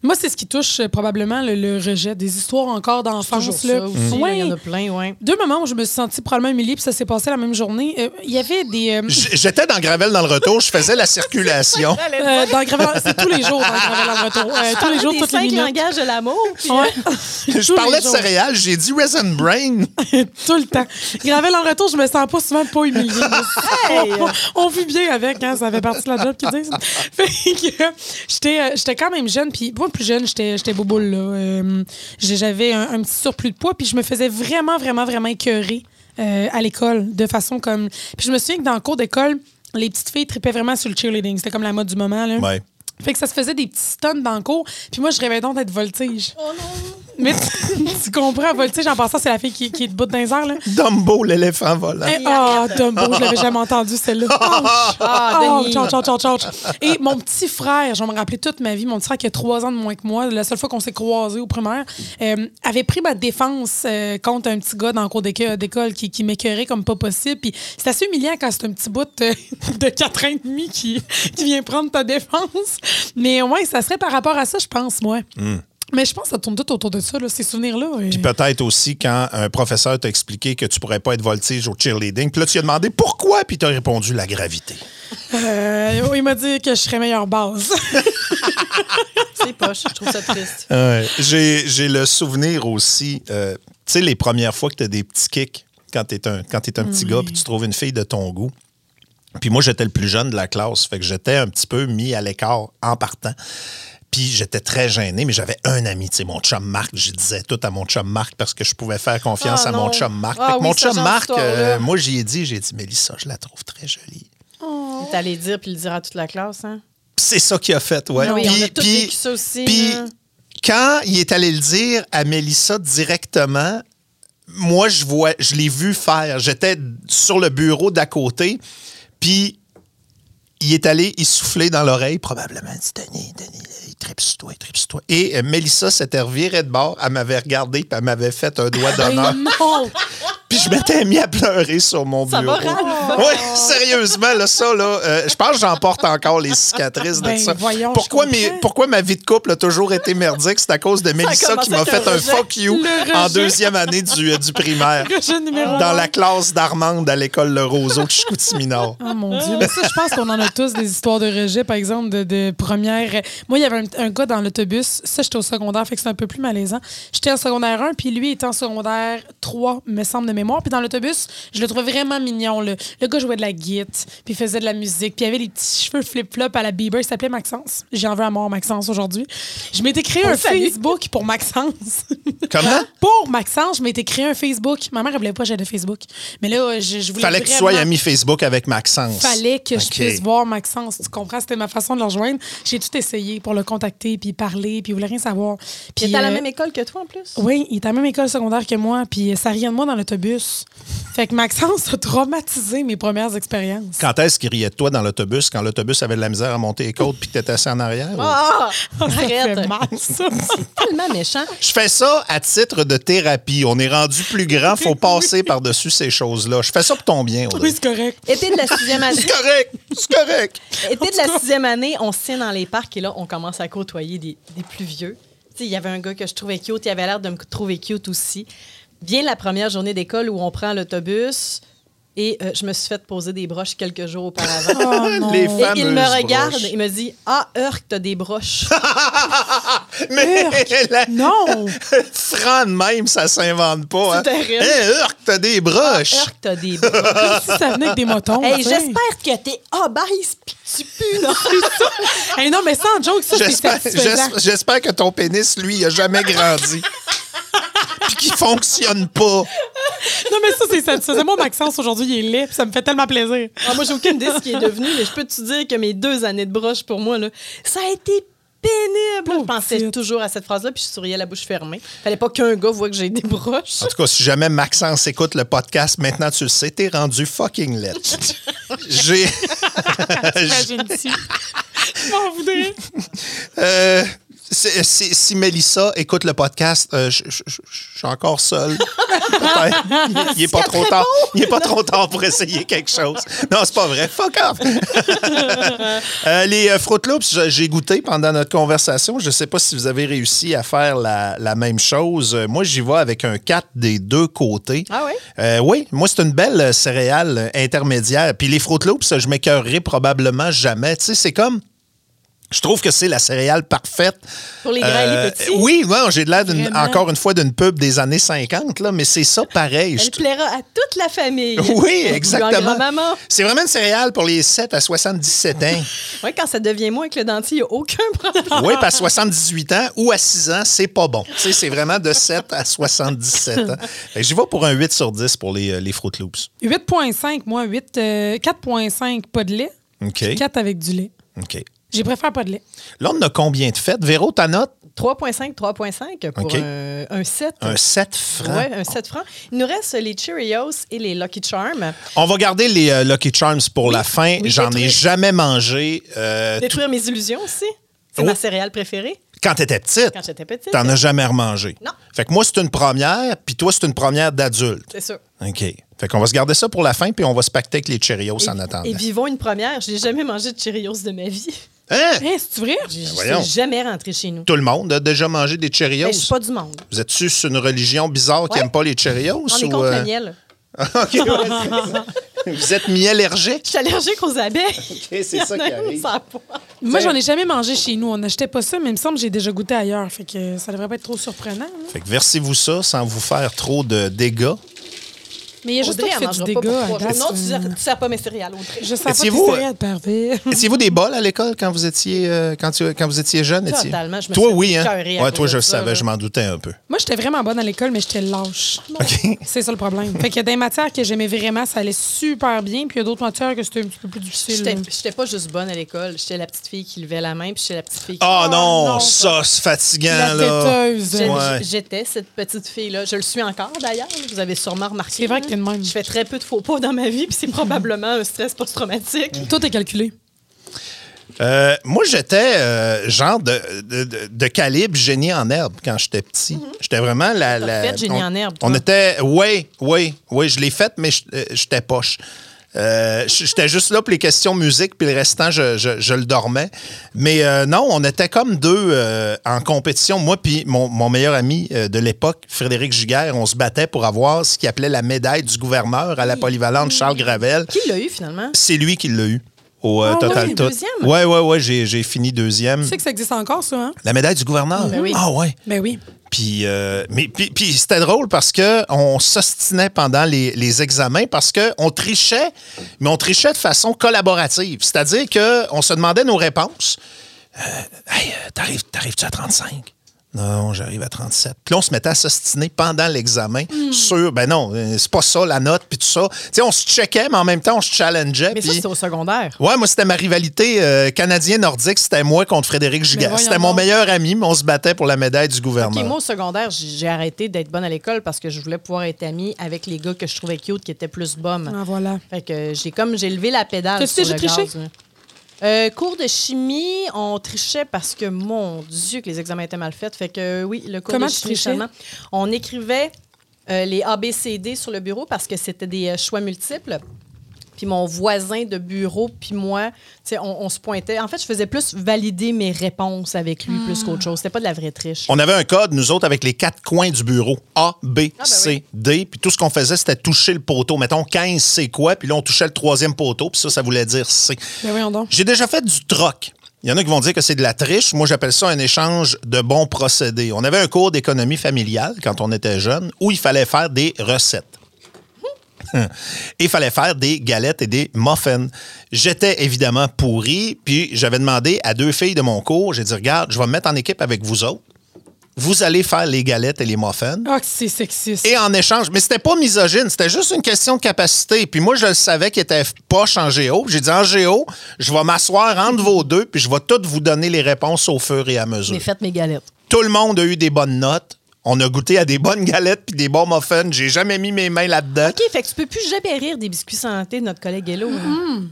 Speaker 3: Moi, c'est ce qui touche euh, probablement le, le rejet des histoires encore
Speaker 4: Toujours
Speaker 3: d'enfance.
Speaker 4: ça
Speaker 3: là.
Speaker 4: aussi, là, Il
Speaker 3: Ouais.
Speaker 4: y en a plein, ouais.
Speaker 3: Deux moments où je me suis sentie probablement humiliée, puis ça s'est passé la même journée. Euh, Il y avait des. euh,
Speaker 2: J- J'étais dans Gravel dans le retour, je faisais la
Speaker 3: *laughs*
Speaker 2: circulation.
Speaker 3: euh, dans le Gravel- c'est tous les jours dans le Gravel en retour. Euh, tous les jours,
Speaker 4: Ah, Des
Speaker 3: toutes les
Speaker 4: cinq
Speaker 3: minutes.
Speaker 4: langages de
Speaker 3: *laughs*
Speaker 4: l'amour. puis- euh,
Speaker 3: Ouais. Tous
Speaker 2: *laughs* Je
Speaker 3: les
Speaker 2: parlais de
Speaker 3: jours.
Speaker 2: céréales, j'ai dit Raisin Brain.
Speaker 3: *laughs* tout le temps. Gravel en retour, je me sens pas souvent pas humiliée.
Speaker 4: Hey!
Speaker 3: On, on vit bien avec, hein, ça fait partie de la job qu'ils disent. *laughs* Fait que euh, j'étais, euh, j'étais quand même jeune, puis moi plus jeune, j'étais, j'étais boboule, là. Euh, j'ai- j'avais un, un petit surplus de poids, puis je me faisais vraiment, vraiment, vraiment écœurer euh, à l'école, de façon comme... Puis je me souviens que dans le cours d'école, les petites filles tripaient vraiment sur le cheerleading. C'était comme la mode du moment, là.
Speaker 2: Ouais.
Speaker 3: Fait que ça se faisait des petits stuns dans le cours. Puis moi, je rêvais donc d'être voltige. Oh non! Mais tu, *laughs* tu comprends, voltige, en passant, c'est la fille qui, qui est debout dans les airs, là.
Speaker 2: *laughs* Dumbo, l'éléphant volant.
Speaker 3: Et- Ah, Dumbo, je l'avais jamais entendu, celle-là. Ouch!
Speaker 4: Ah,
Speaker 3: Ouch,
Speaker 4: Denis.
Speaker 3: ouch, ouch, ouch, ouch. Et mon petit frère, je vais me rappeler toute ma vie, mon petit frère qui a trois ans de moins que moi, la seule fois qu'on s'est croisés au primaire, euh, avait pris ma défense euh, contre un petit gars dans le cours d'éco- d'école qui, qui m'écœurait comme pas possible. Puis c'est assez humiliant quand c'est un petit bout euh, de *laughs* quatre ans et demi qui, qui vient prendre ta défense. Mais ouais, ça serait par rapport à ça, je pense, moi. Mais je pense que ça tourne tout autour de ça, là, ces souvenirs-là. Et-
Speaker 2: Puis peut-être aussi quand un professeur t'a expliqué que tu pourrais pas être voltige au cheerleading. Puis là, tu lui as demandé pourquoi, puis tu as répondu la gravité.
Speaker 3: Euh, il m'a dit que je serais meilleure base.
Speaker 4: C'est poche, je trouve ça
Speaker 2: *laughs*
Speaker 4: triste.
Speaker 2: Ouais. J'ai j'ai le souvenir aussi, euh, tu sais, les premières fois que tu as des petits kicks quand tu es un, quand t'es un
Speaker 4: Mm,
Speaker 2: petit gars, puis tu trouves une fille de ton goût. Puis moi, j'étais le plus jeune de la classe, fait que j'étais un petit peu mis à l'écart en partant. Puis j'étais très gêné, mais j'avais un ami, tu sais, mon chum Marc. Je disais tout à mon chum Marc parce que je pouvais faire confiance
Speaker 4: Ah
Speaker 2: à mon
Speaker 4: non.
Speaker 2: chum Marc.
Speaker 4: Ah
Speaker 2: Fait que
Speaker 4: oui,
Speaker 2: mon
Speaker 4: ce
Speaker 2: chum
Speaker 4: genre
Speaker 2: Marc,
Speaker 4: d'histoire-là.
Speaker 2: euh, moi, j'y ai dit, j'ai dit, Mélissa, je la trouve très jolie.
Speaker 4: T'allais dire puis le dire à toute la classe, hein?
Speaker 2: Puis c'est ça qu'il a fait, ouais.
Speaker 4: Ah oui,
Speaker 2: Puis-
Speaker 4: on a tous
Speaker 2: puis-
Speaker 4: vécu ça aussi, hein.
Speaker 2: Puis
Speaker 4: là.
Speaker 2: quand il est allé le dire à Mélissa directement, moi, je vois, je l'ai vu faire. J'étais sur le bureau d'à côté, puis il est allé y souffler dans l'oreille, probablement. Il dit, Denis, Denis, il tripe sur toi, il tripe sur toi. Et euh, Mélissa s'était revirée de bord, elle m'avait regardé, puis elle m'avait fait un doigt
Speaker 3: Ah
Speaker 2: d'honneur.
Speaker 3: *laughs* non!
Speaker 2: Puis je m'étais mis à pleurer sur mon
Speaker 4: Ça
Speaker 2: bureau.
Speaker 4: va, Ralph?
Speaker 2: Oui, sérieusement, là, ça, là, euh, je pense que j'en porte encore les cicatrices de
Speaker 3: Ben,
Speaker 2: ça.
Speaker 3: voyons, je
Speaker 2: pourquoi, mes-
Speaker 3: comprends.
Speaker 2: pourquoi ma vie de couple a toujours été merdique? C'est à cause de Mélissa
Speaker 4: commencé
Speaker 2: qui m'a
Speaker 4: avec
Speaker 2: fait
Speaker 4: un
Speaker 2: un
Speaker 4: rejet.
Speaker 2: fuck you
Speaker 3: Le
Speaker 2: en
Speaker 3: rejet.
Speaker 2: deuxième année du, euh, du primaire.
Speaker 3: Rejet numéro
Speaker 2: Dans
Speaker 3: un.
Speaker 2: la classe d'Armande à l'école Le Roseau de Chicoutimi-Nord.
Speaker 3: Ah mon Dieu, mais ça, je pense qu'on en a tous des histoires de rejet, par exemple, de, de première. Moi, il y avait un, un gars dans l'autobus, ça, j'étais au secondaire, fait que c'est un peu plus malaisant. J'étais en secondaire 1, puis lui était en secondaire 3, me semble, de mémoire. Puis dans l'autobus, je le trouvais vraiment mignon. Le, le gars jouait de la guitare, puis faisait de la musique, puis il avait les petits cheveux flip-flop à la Bieber. Il s'appelait Maxence. J'en veux à mort, Maxence, aujourd'hui. Je m'étais créé un
Speaker 4: salue.
Speaker 3: Facebook pour Maxence.
Speaker 2: Comment?
Speaker 3: Pour Maxence, je m'étais créé un Facebook. Ma mère, elle voulait pas que j'aie de Facebook. Mais là, je, je voulais
Speaker 2: Fallait que tu sois
Speaker 3: vraiment-
Speaker 2: ami Facebook avec Maxence.
Speaker 3: fallait que je
Speaker 2: Ok.
Speaker 3: puisse voir Maxence. Tu comprends? C'était ma façon de le rejoindre. J'ai tout essayé pour le contacter, puis parler, puis il voulait rien savoir. Puis
Speaker 4: Il était à la
Speaker 3: euh,
Speaker 4: même école que toi, en plus?
Speaker 3: oui, il était à la même école secondaire que moi, puis euh, ça rien de moi dans l'autobus. Fait que Maxence *laughs* a traumatisé mes premières expériences.
Speaker 2: Quand est-ce qu'il riait de toi dans l'autobus? Quand l'autobus avait de la misère à monter les côtes puis que t'étais assis en arrière? ou-
Speaker 4: Ah!
Speaker 3: *laughs* Ça fait
Speaker 4: Arrête!
Speaker 3: mal, ça.
Speaker 4: Tellement méchant.
Speaker 2: Je fais ça à titre de thérapie. On est rendu plus
Speaker 4: *laughs*
Speaker 2: grand, faut passer par-dessus ces choses-là. Je fais ça pour ton bien, Audrey.
Speaker 3: Oui, c'est correct.
Speaker 4: Été de la
Speaker 3: *laughs*
Speaker 4: sixième année.
Speaker 2: C'est correct, c'est correct.
Speaker 4: Été de la sixième année, on se tient dans les parcs et là, on commence à côtoyer des, des plus vieux. Tu sais, il y avait un gars que je trouvais cute, il avait l'air de me trouver cute aussi. Vient la première journée d'école où on prend l'autobus et euh, je me suis fait poser des broches quelques jours
Speaker 3: *laughs*
Speaker 4: auparavant.
Speaker 2: Les
Speaker 4: Oh Et il me
Speaker 2: fameuses
Speaker 4: regarde
Speaker 2: broches.
Speaker 4: et me dit Ah, Urk, t'as des
Speaker 2: *laughs*
Speaker 4: broches.
Speaker 2: Mais *laughs* la
Speaker 3: Non!
Speaker 2: franc de même, ça s'invente pas.
Speaker 4: C'est
Speaker 2: hein.
Speaker 4: terrible. Ah,
Speaker 2: Hey, Urk, t'as des broches.
Speaker 4: Urk, t'as des broches.
Speaker 3: Comme si ça venait avec des motons.
Speaker 4: Hey,
Speaker 3: tu sais.
Speaker 4: j'espère que t'es obèse pis que tu pues, là.
Speaker 3: Hey, non, mais sans joke, ça, c'est
Speaker 2: J'espère-
Speaker 3: satisfaisant.
Speaker 2: j'es- J'espère que ton pénis, lui, il a
Speaker 4: *laughs*
Speaker 2: jamais grandi. Puis qu'il fonctionne pas.
Speaker 3: Non, mais ça, c'est satisfaisant. Moi, Maxence, aujourd'hui, il est laid, puis ça me fait tellement plaisir.
Speaker 4: Ah, moi, j'ai aucune idée de ce qui est devenu, mais je peux te dire que mes deux années de broche pour moi, là, ça a été pénible.
Speaker 3: Pauvre
Speaker 4: je pensais
Speaker 3: petite.
Speaker 4: toujours à cette phrase-là, puis je souriais la bouche fermée. Fallait pas qu'un gars voit que j'ai des broches.
Speaker 2: En tout cas, si jamais Maxence écoute le podcast, maintenant tu le sais, t'es rendu
Speaker 4: *laughs*
Speaker 2: fucking laid. J'ai.
Speaker 3: *laughs* Imagine-tu. Je m'en voudrais.
Speaker 2: euh, si, si- si Mélissa écoute le podcast, euh, je je- je- je suis
Speaker 4: *laughs*
Speaker 2: encore seul. Peut-être. Il- Il est pas trop tard. Il est pas trop tard pour essayer quelque chose. Non, c'est pas vrai. Fuck
Speaker 4: *laughs*
Speaker 2: off. Euh, les euh, Froot Loops, je- j'ai goûté pendant notre conversation. Je ne sais pas si vous avez réussi à faire la, la même chose. Euh, Moi, j'y vais avec un 4 des deux côtés.
Speaker 4: Ah oui?
Speaker 2: Euh, oui, moi, c'est une belle euh, céréale euh, intermédiaire. Puis les Froot Loops, euh, je m'écœurerai probablement jamais. Tu sais, c'est comme... Je trouve que c'est la céréale parfaite. Euh,
Speaker 4: Pour les grands et les petits.
Speaker 2: Oui, ouais, j'ai de l'air d'une-
Speaker 3: Vraiment.
Speaker 2: encore une fois d'une pub des années 50, là, mais c'est ça pareil. Je
Speaker 4: Elle plaira à toute la famille.
Speaker 2: *laughs* oui,
Speaker 4: Incluant
Speaker 2: exactement.
Speaker 4: grand-maman.
Speaker 2: C'est vraiment une céréale pour les 7 à
Speaker 4: *laughs*
Speaker 2: 77 ans.
Speaker 4: Oui, quand ça devient moi avec le dentier, il n'y a aucun problème. *laughs*
Speaker 2: Oui, par 78 ans ou à 6 ans, c'est pas bon. Tu sais, c'est vraiment de 7 à 77
Speaker 4: *laughs*
Speaker 2: ans. Fait que J'y vais pour un 8 sur 10 pour les, euh, les Fruit Loops.
Speaker 3: 8,5, moi, 8. euh, 4,5, pas de lait.
Speaker 2: OK.
Speaker 3: 4 avec du lait.
Speaker 2: OK.
Speaker 3: J'ai préféré pas de lait.
Speaker 2: Là, on a combien de fêtes? Véro, ta note?
Speaker 4: 3,5, 3,5 pour
Speaker 2: OK.
Speaker 4: un, un 7.
Speaker 2: Un 7 francs.
Speaker 4: Ouais, un 7 francs. Il nous reste les Cheerios et les Lucky Charms.
Speaker 2: On va garder les euh, Lucky Charms pour la fin.
Speaker 4: oui,
Speaker 2: J'en ai
Speaker 4: détruire.
Speaker 2: jamais mangé. euh,
Speaker 4: Détruire mes illusions aussi. C'est
Speaker 2: Oh.
Speaker 4: ma céréale préférée
Speaker 2: quand t'étais petite,
Speaker 4: quand j'étais petite.
Speaker 2: t'en as jamais remangé.
Speaker 4: Non.
Speaker 2: Fait que moi, c'est une première, puis toi, c'est une première d'adulte.
Speaker 4: C'est sûr.
Speaker 2: OK. Fait qu'on va se garder ça pour la fin, puis on va se pacter avec les Cheerios en
Speaker 4: Et-
Speaker 2: attendant.
Speaker 4: Et vivons une première. Je n'ai jamais mangé de Cheerios de ma vie. *laughs*
Speaker 2: Hein?
Speaker 3: Hey, c'est Eh, vrai?
Speaker 4: J'ai
Speaker 2: voyons.
Speaker 4: j'ai jamais rentré chez nous.
Speaker 2: Tout le monde a déjà mangé des Cheerios.
Speaker 4: Mais Ben, je suis pas du monde.
Speaker 2: Vous êtes-tu sur une religion bizarre qui
Speaker 4: Ouais.
Speaker 2: n'aime pas les Cheerios?
Speaker 4: On est
Speaker 2: ou,
Speaker 4: contre
Speaker 2: euh,
Speaker 4: le miel.
Speaker 2: OK, ouais, c'est ça. *laughs* Vous êtes
Speaker 4: Je
Speaker 2: mi-allergique?
Speaker 4: suis allergique aux abeilles.
Speaker 2: *laughs* OK, c'est ça qui arrive.
Speaker 4: Ça a pas.
Speaker 3: Moi, j'en ai jamais mangé chez nous. On n'achetait pas ça, mais il me semble que j'ai déjà goûté ailleurs. Fait que ça devrait pas être trop surprenant. là.
Speaker 2: Fait que versez-vous ça sans vous faire trop de dégâts.
Speaker 3: Mais il y a juste toi
Speaker 4: Audrey,
Speaker 3: qui
Speaker 4: elle
Speaker 3: fait du
Speaker 4: mangera pas pour
Speaker 3: dégât.
Speaker 4: trois
Speaker 3: à date,
Speaker 4: jours. hein, Non, tu
Speaker 3: euh,
Speaker 4: ne sers pas mes céréales, Audrey.
Speaker 3: Je sens pas tes
Speaker 2: Étiez-vous, euh,
Speaker 3: céréales, parfait. *laughs*
Speaker 2: Étiez-vous des bols à l'école quand vous étiez, euh, quand tu- quand vous étiez jeune? Étiez-
Speaker 4: Totalement, je me
Speaker 2: toi,
Speaker 4: suis
Speaker 2: oui, hein?
Speaker 4: écœurée à
Speaker 2: Ouais, toi,
Speaker 4: cause
Speaker 2: je
Speaker 4: de
Speaker 2: le
Speaker 4: ça,
Speaker 2: savais,
Speaker 4: là.
Speaker 2: je m'en doutais
Speaker 4: *laughs*
Speaker 2: un peu.
Speaker 3: Moi, j'étais vraiment bonne à l'école, mais j'étais lâche.
Speaker 2: OK.
Speaker 3: C'est ça le problème. Fait qu'il y a des matières que j'aimais vraiment, ça allait super bien, puis il y a d'autres matières que c'était un petit peu plus difficile.
Speaker 4: J'étais j'étais pas juste bonne à l'école. J'étais la petite fille qui levait la main, puis j'étais la petite fille qui.
Speaker 2: Ah non,
Speaker 3: non,
Speaker 2: ça, c'est fatigant,
Speaker 3: La
Speaker 2: là.
Speaker 3: têteuse.
Speaker 4: J'ai-
Speaker 2: Ouais.
Speaker 4: J'étais cette petite fille-là. Je le suis encore, d'ailleurs. Vous avez sûrement remarqué.
Speaker 3: C'est vrai
Speaker 4: là.
Speaker 3: que t'es de même.
Speaker 4: Je fais très peu de faux pas dans ma vie, puis c'est probablement un stress post-traumatique.
Speaker 3: Tout est calculé.
Speaker 2: Euh, moi, j'étais euh, genre de, de- de- de calibre génie en herbe quand j'étais petit. J'étais vraiment la. la
Speaker 4: Mhm. fait génie
Speaker 2: on-
Speaker 4: en herbe, toi.
Speaker 2: On était. Oui, oui, oui, je l'ai faite, mais je- euh, j'étais poche. Euh, j- j'étais juste là pour les questions musique, puis le restant, je, je- je le dormais. Mais euh, non, on était comme deux euh, en compétition. Moi, puis mon, mon meilleur ami euh, de l'époque, Frédéric Giguère, on se battait pour avoir ce qu'il appelait la médaille du gouverneur à la polyvalente Charles
Speaker 4: *laughs*
Speaker 2: Gravel.
Speaker 4: Qui l'a eu, finalement?
Speaker 2: C'est lui qui l'a eu au euh,
Speaker 3: Ah
Speaker 2: Total
Speaker 3: ouais,
Speaker 2: Tot.
Speaker 4: deuxième?
Speaker 2: Ouais, ouais, ouais, j'ai, j'ai fini deuxième.
Speaker 3: Tu sais que ça existe encore, ça, hein?
Speaker 2: La médaille du gouverneur.
Speaker 4: Ben oui.
Speaker 2: Ah ouais.
Speaker 3: Ben oui.
Speaker 2: Puis, euh, mais, puis, puis c'était drôle parce que on s'ostinait pendant les, les examens parce qu'on trichait, mais on trichait de façon collaborative. C'est-à-dire qu'on se demandait nos réponses. Euh, hey, euh, t'arrives, t'arrives-tu à 35? Non, j'arrive à 37. Puis là, on se mettait à s'ostiner pendant l'examen
Speaker 4: Hmm.
Speaker 2: sur, ben non, euh, c'est pas ça la note, puis tout ça. Tu sais, on se checkait, mais en même temps, on se challengeait.
Speaker 4: Mais ça,
Speaker 2: puis-
Speaker 4: c'était au secondaire.
Speaker 2: Ouais, moi, c'était ma rivalité euh, canadien-nordique. C'était moi contre Frédéric Giguère.
Speaker 3: voyons
Speaker 2: C'était mon
Speaker 3: donc.
Speaker 2: meilleur ami, mais on se battait pour la médaille du
Speaker 4: Ok,
Speaker 2: gouvernement.
Speaker 4: moi, au secondaire, j- j'ai arrêté d'être bonne à l'école parce que je voulais pouvoir être amie avec les gars que je trouvais cute qui étaient plus bums.
Speaker 3: Ah, voilà.
Speaker 4: Fait que j'ai comme j'ai levé la pédale.
Speaker 3: T'as-tu
Speaker 4: sur
Speaker 3: déjà
Speaker 4: le
Speaker 3: triché?
Speaker 4: gaz, là. Euh, cours de chimie, on trichait parce que mon Dieu que les examens étaient mal faits. Fait que euh, oui, le cours
Speaker 3: Comment
Speaker 4: de
Speaker 3: tu
Speaker 4: chimie,
Speaker 3: trichais?
Speaker 4: justement, on écrivait euh, les ABCD sur le bureau parce que c'était des euh, choix multiples. Puis mon voisin de bureau, puis moi, tu sais, on, on se pointait. En fait, je faisais plus valider mes réponses avec lui
Speaker 3: Ah.
Speaker 4: plus qu'autre chose. C'était pas de la vraie triche.
Speaker 2: On avait un code, nous autres, avec les quatre coins du bureau. A, B,
Speaker 4: ben
Speaker 2: C, D. Puis tout ce qu'on faisait, c'était toucher le poteau. Mettons 15, c'est quoi? Puis là, on touchait le troisième poteau. Puis ça, ça voulait dire C.
Speaker 3: Ben voyons donc.
Speaker 2: J'ai déjà fait du troc. Il y en a qui vont dire que c'est de la triche. Moi, j'appelle ça un échange de bons procédés. On avait un cours d'économie familiale quand on était jeune où il fallait faire des recettes. *laughs* Et il fallait faire des galettes et des muffins. J'étais évidemment pourri, puis j'avais demandé à deux filles de mon cours, j'ai dit, regarde, je vais me mettre en équipe avec vous autres. Vous allez faire les galettes et les muffins.
Speaker 3: Ah, que c'est sexiste.
Speaker 2: Et en échange, mais c'était pas misogyne, c'était juste une question de capacité. Puis moi, je le savais qu'il était poche en géo. J'ai dit en géo, je vais m'asseoir entre vos deux, puis je vais toutes vous donner les réponses au fur et à mesure.
Speaker 4: Mais faites mes galettes.
Speaker 2: Tout le monde a eu des bonnes notes. On a goûté à des bonnes galettes puis des bons muffins. J'ai jamais mis mes mains là-dedans.
Speaker 4: OK, fait que tu peux plus jamais rire des biscuits santé de notre collègue Hello.
Speaker 3: Mm-hmm.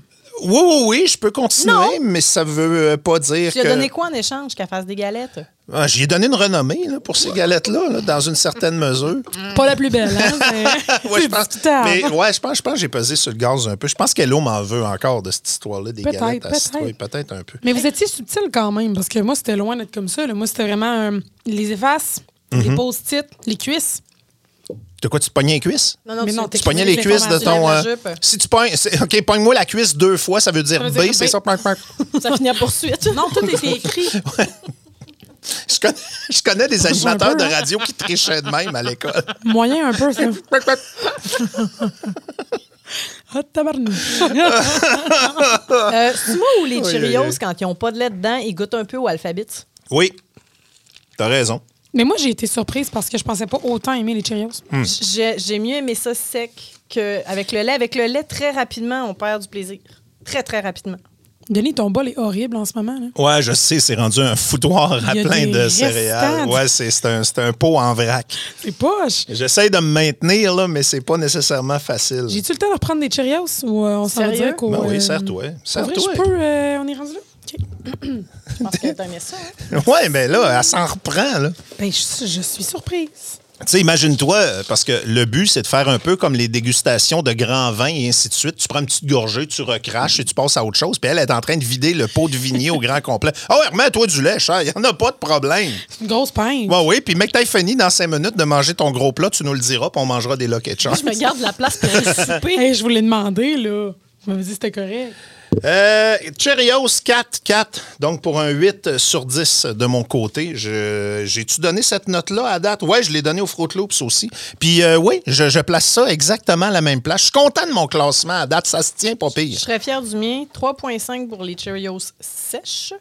Speaker 2: Oui, oui, oui, je peux continuer,
Speaker 4: Non.
Speaker 2: mais ça veut euh, pas dire
Speaker 4: Tu lui
Speaker 2: que.
Speaker 4: as donné quoi en échange qu'elle fasse des galettes?
Speaker 2: Ah, J'y ai donné une renommée là, pour ces galettes-là, là, dans une certaine mesure.
Speaker 3: Pas la plus belle,
Speaker 2: *laughs*
Speaker 3: hein? mais-
Speaker 2: Ouais, je
Speaker 3: c'est
Speaker 2: pense,
Speaker 3: discutable.
Speaker 2: mais ouais, je pense, je pense que j'ai pesé sur le gaz un peu. Je pense qu'Elo m'en veut encore de cette histoire-là, des
Speaker 3: Peut-être,
Speaker 2: galettes à
Speaker 3: peut-être.
Speaker 2: citrouille. peut-être un peu.
Speaker 3: Mais vous étiez subtil quand même, parce que moi, c'était loin d'être comme ça. là. Moi, c'était vraiment euh, les effaces,
Speaker 2: Mhm.
Speaker 3: les post-it, les cuisses.
Speaker 2: De quoi tu te pognais les cuisses?
Speaker 4: non,
Speaker 3: Mais non,
Speaker 2: Tu
Speaker 3: t'es-
Speaker 2: pognais les
Speaker 3: les
Speaker 2: cuisses de ton.
Speaker 4: informations.
Speaker 2: euh,
Speaker 4: La jupe.
Speaker 2: si tu pognes. c'est- OK, pogne-moi la cuisse deux fois, ça veut dire
Speaker 3: veut
Speaker 2: B,
Speaker 3: dire
Speaker 2: c'est
Speaker 3: B.
Speaker 2: ça? plank, plank.
Speaker 4: Ça finit à poursuite.
Speaker 3: Non, tout
Speaker 2: *laughs*
Speaker 3: était écrit.
Speaker 2: Je connais, je connais
Speaker 3: *laughs*
Speaker 2: des
Speaker 3: un
Speaker 2: animateurs
Speaker 3: peu,
Speaker 2: de
Speaker 3: hein?
Speaker 2: radio qui trichaient de même à
Speaker 3: *laughs*
Speaker 2: l'école.
Speaker 3: Moyen
Speaker 2: *laughs*
Speaker 3: un peu, ça.
Speaker 2: Plank, plank.
Speaker 3: Ah, tabarnouche. *laughs*
Speaker 4: Euh, c'est moi ou les
Speaker 2: Oui,
Speaker 4: Cheerios,
Speaker 2: oui, oui.
Speaker 4: quand ils n'ont pas de lait dedans, ils goûtent un peu au alphabet?
Speaker 2: Oui, t'as raison.
Speaker 3: Mais moi, j'ai été surprise parce que je pensais pas autant aimer les Cheerios.
Speaker 2: Hmm.
Speaker 4: J'ai j'ai mieux aimé ça sec qu'avec le lait. Avec le lait, très rapidement, on perd du plaisir. Très, très rapidement.
Speaker 3: Denis, ton bol est horrible en ce moment. Là.
Speaker 2: Ouais, je sais, c'est rendu un foutoir à
Speaker 3: Il y a
Speaker 2: plein
Speaker 3: des
Speaker 2: de céréales.
Speaker 3: restants.
Speaker 2: Ouais, c'est c'est un, c'est un pot en vrac.
Speaker 3: C'est poche.
Speaker 2: J'essaie de me maintenir, là, mais c'est pas nécessairement facile.
Speaker 3: J'ai-tu le temps de reprendre des Cheerios ou euh, on s'en va
Speaker 4: Sérieux?
Speaker 3: dire qu'au.
Speaker 2: Ben oui,
Speaker 3: euh,
Speaker 2: serre-toi.
Speaker 3: Pour vrai,
Speaker 2: Serre-toi.
Speaker 3: je peux. euh, on est rendu là? OK.
Speaker 4: Je pense que t'aimais ça. hein?
Speaker 2: *laughs* Ouais, mais là, elle s'en reprend, là.
Speaker 3: Ben, je, je suis surprise.
Speaker 2: Tu sais, imagine-toi, euh, parce que le but, c'est de faire un peu comme les dégustations de grands vins et ainsi de suite. Tu prends une petite gorgée, tu recraches et tu passes à autre chose. Puis elle est en train de vider le pot de vignier au grand
Speaker 3: *laughs*
Speaker 2: complet. Ah ouais, remets-toi du lait, cher. Il n'y en a pas de problème.
Speaker 3: C'est une grosse peine.
Speaker 2: Ouais, oui. Puis, mec, t'as fini dans cinq minutes de manger ton gros plat, tu nous le diras, puis on mangera des loquets de char.
Speaker 4: Je me garde la place pour le souper. *laughs*
Speaker 3: Hey, je vous l'ai demandé, là. Vous m'avez dit que c'était correct.
Speaker 2: Euh, Cheerios 4, 4. Donc, pour un 8 sur 10 de mon côté. Je- J'ai-tu donné cette note-là à date? Ouais, je l'ai donné au Fruit Loops aussi. Puis, euh, oui, je, je place ça exactement à la même place. Je suis content de mon classement à date. Ça se tient pas
Speaker 4: Je
Speaker 2: pire.
Speaker 4: serais fière du mien. 3,5 pour les Cheerios sèches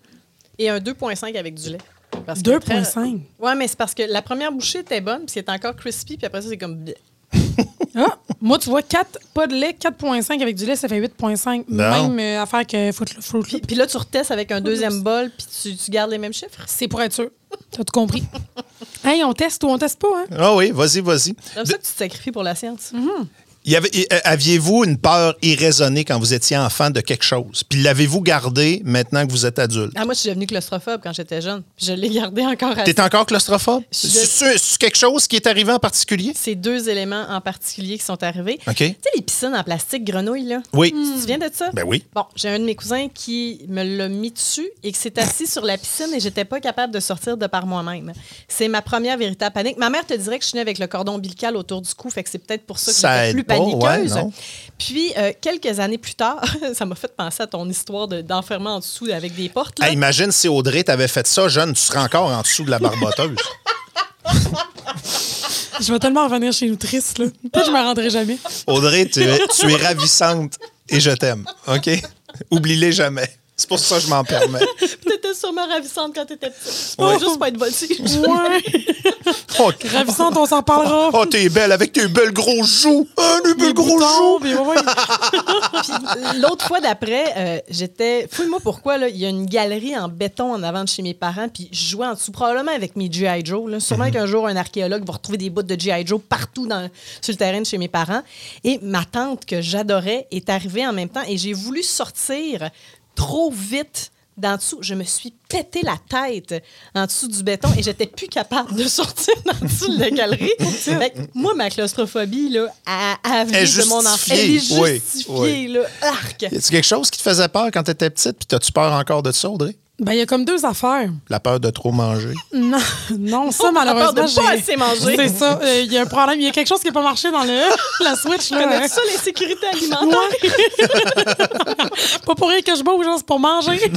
Speaker 4: et un 2,5 avec du lait. Parce que
Speaker 3: 2,5?
Speaker 4: très- Ouais, mais c'est parce que la première bouchée était bonne, puis c'était encore crispy, puis après ça, c'est comme.
Speaker 3: Ah, moi, tu vois, 4, pas de lait, 4,5 avec du lait, ça fait 8,5.
Speaker 2: Non.
Speaker 3: Même euh, affaire que Fruit Fruit
Speaker 4: Puis,
Speaker 3: Loops.
Speaker 4: puis là, tu retestes avec un deuxième bol, puis tu, tu gardes les mêmes chiffres.
Speaker 3: C'est pour être sûr. T'as
Speaker 2: *laughs*
Speaker 3: tout compris. hey, on teste ou on teste pas, hein?
Speaker 2: Ah oui, vas-y, vas-y.
Speaker 4: C'est comme ça que tu te sacrifies pour la science.
Speaker 2: Y avait- y- euh, Aviez-vous une peur irraisonnée quand vous étiez enfant de quelque chose? Puis l'avez-vous gardée maintenant que vous êtes adulte?
Speaker 4: Ah, moi, je suis devenue claustrophobe quand j'étais jeune, puis je l'ai gardé encore à
Speaker 2: T'es encore claustrophobe?
Speaker 4: Ah, Je-
Speaker 2: C'est c'est quelque chose qui est arrivé en particulier?
Speaker 4: ces deux éléments en particulier qui sont arrivés.
Speaker 2: OK.
Speaker 4: Tu sais, les piscines en plastique grenouille, là.
Speaker 2: Oui.
Speaker 4: Tu te souviens de ça?
Speaker 2: Ben oui.
Speaker 4: Bon, j'ai un de mes cousins qui me l'a mis dessus et qui s'est assis sur la piscine et j'étais pas capable de sortir de par moi-même. C'est ma première véritable panique. Ma mère te dirait que je suis née avec le cordon ombilical autour du cou, fait que c'est peut-être pour ça que
Speaker 2: Ça
Speaker 4: j'étais
Speaker 2: aide
Speaker 4: plus
Speaker 2: pas, ouais,
Speaker 4: paniqueuse.
Speaker 2: non.
Speaker 4: Puis, euh, quelques années plus tard, *laughs* ça m'a fait penser à ton histoire de- d'enfermer en dessous avec des portes. là.
Speaker 2: Hey, imagine si Audrey t'avait fait ça jeune, tu serais encore en dessous de la *laughs* barboteuse.
Speaker 3: Je vais tellement revenir chez nous triste, là. Peut-être que je me rendrai jamais.
Speaker 2: Audrey, tu es, tu es ravissante et je t'aime. OK? Oublie-les jamais. C'est pour ça que je m'en *laughs* permets.
Speaker 4: T'étais sûrement ravissante quand t'étais petite.
Speaker 2: Ouais.
Speaker 4: Juste pour être voltige.
Speaker 3: Ouais.
Speaker 2: Oh,
Speaker 3: Ravissante, on s'en parlera.
Speaker 2: oh, t'es belle avec tes belles gros joues. Ah, les belles gros joues.
Speaker 3: Tombe, et ouais, ouais.
Speaker 4: L'autre fois d'après, euh, j'étais. Fouille-moi pourquoi, là. Il y a une galerie en béton en avant de chez mes parents, puis je jouais en dessous, probablement avec mes G.I. Joe. Là. Sûrement
Speaker 2: Mhm.
Speaker 4: qu'un jour, un archéologue va retrouver des bouts de G.I. Joe partout dans, sur le terrain de chez mes parents. Et ma tante, que j'adorais, est arrivée en même temps, et j'ai voulu sortir trop vite d'en dessous. Je me suis pété la tête en dessous du béton et j'étais plus capable de sortir d'en dessous de la
Speaker 2: *laughs*
Speaker 4: galerie. Fait que moi, ma claustrophobie, là, à, à venir
Speaker 2: Est
Speaker 4: de mon enfant, elle est
Speaker 2: justifiée, oui,
Speaker 4: justifiée,
Speaker 2: oui.
Speaker 4: là. Arc!
Speaker 2: Y a-tu quelque chose qui te faisait peur quand t'étais petite? Puis t'as-tu peur encore de ça, Audrey?
Speaker 3: Ben, il y a comme deux affaires.
Speaker 2: La peur de trop manger.
Speaker 4: *laughs*
Speaker 3: Non, non ça,
Speaker 4: la peur de
Speaker 3: malheureusement.
Speaker 4: pas
Speaker 3: j'ai-
Speaker 4: assez manger.
Speaker 3: C'est ça. euh, Il y a un problème. Il y a quelque chose qui n'a pas marché dans le, *laughs* la Switch. Là,
Speaker 4: Connais-tu ça,
Speaker 2: *laughs*
Speaker 4: l'insécurité alimentaire?
Speaker 3: *laughs* pas pour rien que je bouge, hein, c'est pour manger.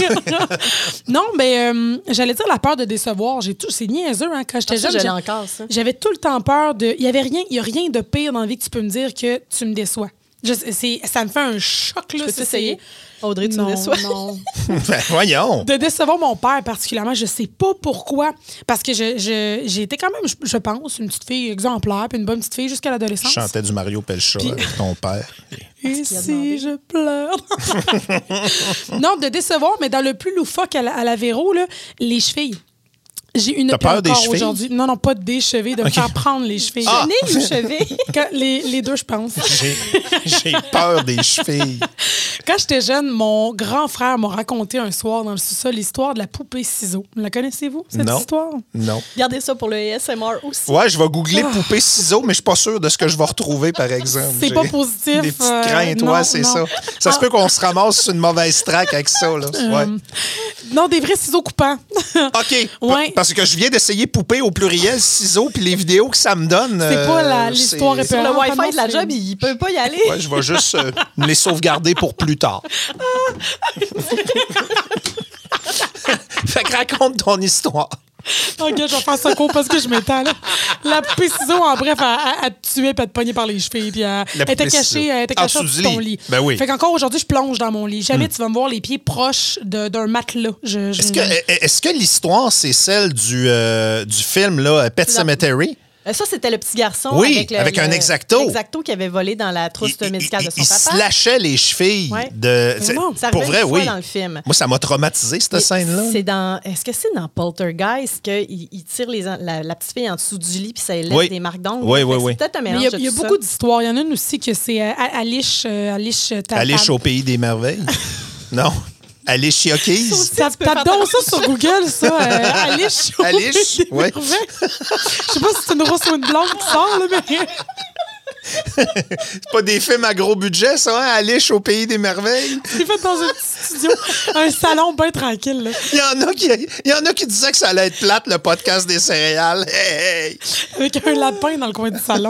Speaker 3: *laughs* non, mais euh, j'allais dire la peur de décevoir. J'ai tout, c'est niaiseux hein, quand j'étais
Speaker 4: Ah, ça,
Speaker 3: jeune.
Speaker 4: je l'ai
Speaker 3: j'ai-
Speaker 4: encore, ça.
Speaker 3: J'avais tout le temps peur de. Il y avait rien, il y a rien de pire dans la vie que tu peux me dire que tu me déçois. Je- c'est, ça me fait un choc là.
Speaker 4: peux
Speaker 3: ça,
Speaker 4: t'essayer?
Speaker 3: c'est-
Speaker 4: Audrey, tu me
Speaker 3: non,
Speaker 4: déçois.
Speaker 3: Non.
Speaker 2: *laughs* ben voyons!
Speaker 3: De décevoir mon père particulièrement, je sais pas pourquoi. Parce que je, je- j'ai été quand même, je, je pense, une petite fille exemplaire, puis une bonne petite fille jusqu'à
Speaker 2: Tu
Speaker 3: l'adolescence.
Speaker 2: chantais du Mario Pelcha avec ton *laughs* père.
Speaker 3: Et
Speaker 4: qu'il a
Speaker 3: si je pleure. *laughs* non, de décevoir, mais dans le plus loufoque à la, à la Véro, là, les chevilles. J'ai une
Speaker 2: T'as
Speaker 3: peur
Speaker 2: peur des
Speaker 3: encore
Speaker 2: chevilles?
Speaker 3: aujourd'hui. Non, non, pas des chevilles, de me
Speaker 2: Ok.
Speaker 3: faire prendre les chevilles.
Speaker 2: Ah!
Speaker 4: Nez ou chevet?
Speaker 3: *laughs* Quand- les, les deux, je pense.
Speaker 2: J'ai j'ai peur des chevilles.
Speaker 3: Quand j'étais jeune, mon grand frère m'a raconté un soir dans le sous-sol l'histoire de la poupée ciseau. La connaissez-vous, cette
Speaker 2: non.
Speaker 3: histoire?
Speaker 2: Non.
Speaker 4: Gardez ça pour le ASMR aussi.
Speaker 2: Ouais, je vais googler poupée ciseaux, mais je suis pas sûr de ce que je vais retrouver, par exemple.
Speaker 3: Oh. C'est
Speaker 2: J'ai
Speaker 3: pas positif,
Speaker 2: Des petites
Speaker 3: euh,
Speaker 2: craintes,
Speaker 3: non,
Speaker 2: ouais, c'est
Speaker 3: non.
Speaker 2: ça. Ça se
Speaker 3: Ah. Euh,
Speaker 2: peut qu'on se ramasse sur une mauvaise track avec ça,
Speaker 3: *laughs*
Speaker 2: là. Ouais.
Speaker 3: Non, des vrais ciseaux coupants. *laughs*
Speaker 2: OK. P-
Speaker 3: Ouais.
Speaker 2: Parce que je viens d'essayer poupée au pluriel, ciseaux, puis les vidéos que ça me donne.
Speaker 3: C'est
Speaker 2: euh,
Speaker 3: pas la-
Speaker 2: c'est-
Speaker 3: l'histoire
Speaker 4: Sur
Speaker 3: Ah,
Speaker 4: le
Speaker 3: pardon,
Speaker 4: Wi-Fi de la
Speaker 3: c'est-
Speaker 4: job, il peut pas y aller.
Speaker 2: Ouais, je vais juste euh, me les sauvegarder pour plus
Speaker 3: *laughs*
Speaker 2: tard.
Speaker 3: Ah!
Speaker 2: fait que raconte ton histoire.
Speaker 3: Ok, je vais faire ça court parce que je m'étends. là. La poupée ciseau, en bref, à, à, à te tuer puis à te pogner par les cheveux. Puis à- elle
Speaker 2: poupée Ah,
Speaker 3: était
Speaker 2: ciseau.
Speaker 3: cachée, elle était
Speaker 2: En
Speaker 3: cachée
Speaker 2: dessous
Speaker 3: sous
Speaker 2: du
Speaker 3: ton
Speaker 2: lit.
Speaker 3: lit.
Speaker 2: Ben oui. Hmm.
Speaker 3: Fait qu'encore aujourd'hui, je plonge dans mon lit. Jamais tu vas me voir les pieds proches de- d'un matelas. Je, je-
Speaker 2: Est-ce que, est-ce que l'histoire, c'est celle du, euh, du film là, Pet
Speaker 4: La-
Speaker 2: Cemetery?
Speaker 4: Euh, Ça, c'était le petit garçon.
Speaker 2: Oui,
Speaker 4: avec, le-
Speaker 2: avec un
Speaker 4: le-
Speaker 2: exacto.
Speaker 4: Exacto qui avait volé dans la trousse
Speaker 2: il,
Speaker 4: médicale de
Speaker 2: il-
Speaker 4: son
Speaker 2: il se
Speaker 4: papa.
Speaker 2: lâchait les chevilles.
Speaker 4: Ouais.
Speaker 2: De, c'est-
Speaker 3: non,
Speaker 4: ça
Speaker 2: pour
Speaker 4: arrivait
Speaker 2: vrai,
Speaker 4: une fois
Speaker 2: oui.
Speaker 4: dans le film.
Speaker 2: Moi, ça m'a traumatisé, cette
Speaker 4: Et
Speaker 2: scène-là.
Speaker 4: C'est dans. Est-ce que c'est dans Poltergeist qu'il il tire les en- la, la petite fille en dessous du lit puis ça élève
Speaker 2: Oui.
Speaker 4: des marques d'ongles?
Speaker 2: Oui, oui,
Speaker 4: Fait que
Speaker 2: oui.
Speaker 4: C'est peut-être un
Speaker 3: Mais il
Speaker 4: mélange.
Speaker 3: y
Speaker 4: de
Speaker 3: a, il y a
Speaker 4: tout
Speaker 3: beaucoup
Speaker 4: ça.
Speaker 3: d'histoires. Il y en a une aussi que c'est euh, à- Alice. euh, Alice, euh, ta-
Speaker 2: Aller
Speaker 3: ta-
Speaker 2: au pays
Speaker 4: *laughs*
Speaker 2: des merveilles. non. Aller chiocquise.
Speaker 3: Ta-
Speaker 4: Tu peux faire
Speaker 3: Tape donc ça sur Google, ça. euh, Alice. au *laughs*
Speaker 2: Alice,
Speaker 3: pays des
Speaker 2: ouais.
Speaker 3: merveilles. Je sais pas si c'est une rousse ou une blonde qui sort, là, mais.
Speaker 2: C'est pas des films à gros budget, ça, hein? Aller au pays des merveilles.
Speaker 3: C'est fait dans un petit studio, un salon bien tranquille. là.
Speaker 2: Il y en a qui, il y en a qui disaient que ça allait être plate, le podcast des céréales. Hey, hey.
Speaker 3: Avec un lapin dans le coin du salon.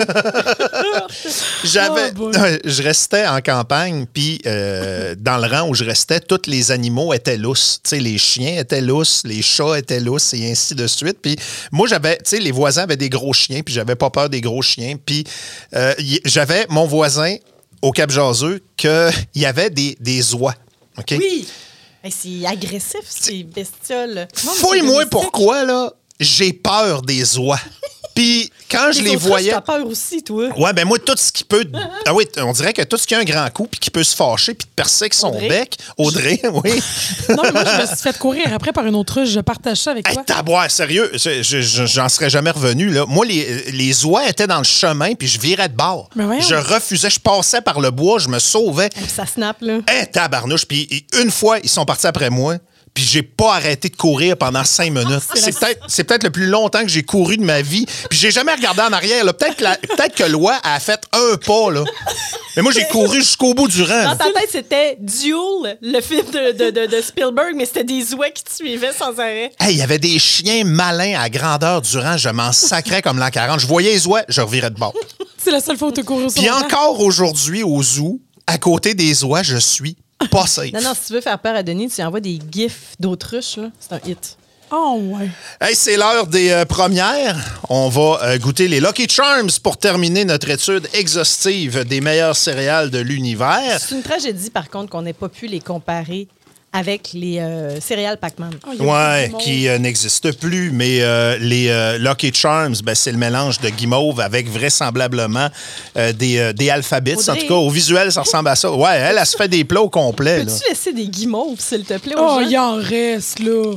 Speaker 2: J'avais,
Speaker 3: Oh boy.
Speaker 2: je restais en campagne, puis euh, dans le rang où je restais, tous les animaux étaient lousses. Tu sais, les chiens étaient lousses, les chats étaient lousses, et ainsi de suite. Puis moi, j'avais, tu sais, les voisins avaient des gros chiens, puis j'avais pas peur des gros chiens. Puis euh, y- j'avais mon voisin au Cap Jaseux qu'il *laughs* y avait des, des oies. OK?
Speaker 4: Oui! Hey, c'est agressif, ces bestioles.
Speaker 2: Fouille-moi pourquoi, là, j'ai peur des oies. Puis quand je les voyais.
Speaker 4: T'as peur aussi, toi.
Speaker 2: Ouais, ben moi, tout ce qui peut. Ah oui, on dirait que tout ce qui a un grand coup, puis qui peut se fâcher, puis te percer avec son
Speaker 4: Audrey.
Speaker 2: bec, Audrey, oui.
Speaker 3: Non, mais moi, je me suis fait courir après par une autruche. Je partage ça avec
Speaker 2: Hey,
Speaker 3: toi.
Speaker 2: taboire, sérieux, je- je- je- j'en serais jamais revenu, là. Moi, les, les oies étaient dans le chemin, puis je virais de bord.
Speaker 3: Mais voyons.
Speaker 2: Je refusais, je passais par le bois, je me sauvais.
Speaker 4: Puis ça snap, là.
Speaker 2: Hey, Eh, tabarnouche, puis i- une fois, ils sont partis après moi. Puis j'ai pas arrêté de courir pendant cinq minutes. C'est peut-être c'est peut-être le plus longtemps que j'ai couru de ma vie. Puis j'ai jamais regardé en arrière. là. Peut-être que la- peut-être que l'oie a fait un pas là. Mais moi j'ai couru jusqu'au bout du rang. là.
Speaker 4: Dans ta tête, c'était Duel, le film de, de- de- de Spielberg, mais c'était des ouais qui te suivaient sans arrêt.
Speaker 2: Hey, il y avait des chiens malins à grandeur durant, je m'en sacrais comme l'an 40. Je voyais les oies, je revirais de bord.
Speaker 3: C'est la seule fois où tu courir sur
Speaker 2: Puis
Speaker 3: mon temps.
Speaker 2: encore aujourd'hui au zoo, à côté des oies, je suis pas safe.
Speaker 4: Non, non, si tu veux faire peur à Denis, tu lui envoies des gifs d'autruche, là. C'est un hit.
Speaker 3: Oh, ouais.
Speaker 2: Hey, c'est l'heure des euh, premières. On va euh, goûter les Lucky Charms pour terminer notre étude exhaustive des meilleures céréales de l'univers.
Speaker 3: Ah,
Speaker 4: C'est une tragédie, par contre, qu'on n'ait pas pu les comparer avec les euh, céréales Pac-Man.
Speaker 3: Oh, il y a
Speaker 2: Ouais,
Speaker 3: du monde.
Speaker 2: qui euh, n'existe plus, mais euh, les euh, Lucky Charms, ben, c'est le mélange de guimauve avec vraisemblablement euh, des, euh, des alphabets. En
Speaker 4: Audrey.
Speaker 2: tout cas, au visuel, ça ressemble à ça. Ouais, elle, elle, se fait des plats au complet. là.
Speaker 4: Peux-tu laisser des guimauves, s'il te plaît, aux
Speaker 3: Oh,
Speaker 4: gens?
Speaker 3: il en reste, là.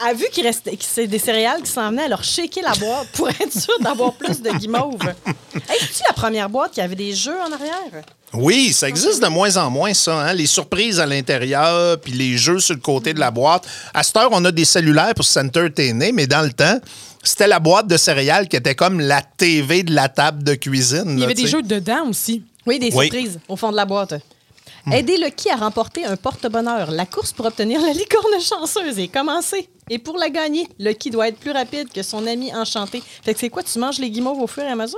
Speaker 4: a vu qu'il restait que c'est des céréales qui s'en venaient, alors shaker la boîte pour être sûr d'avoir plus de
Speaker 3: *laughs*
Speaker 4: guimauve. Est-ce la première boîte qui avait des jeux en arrière?
Speaker 2: Oui, ça existe de moins en moins, ça. hein, Les surprises à l'intérieur, puis les jeux sur le côté
Speaker 3: Mm.
Speaker 2: de la boîte. À cette heure, on a des cellulaires pour s'entertainer, E, mais dans le temps, c'était la boîte de céréales qui était comme la TV de la table de cuisine.
Speaker 3: Il y avait des jeux dedans aussi.
Speaker 4: Oui, des
Speaker 2: Oui.
Speaker 4: surprises au fond de la boîte. Aider le qui à remporter un porte-bonheur. La course pour obtenir la licorne chanceuse est commencée. Et pour la gagner, le qui doit être plus rapide que son ami enchanté. Fait que c'est quoi, tu manges les guimauves au fur et à mesure?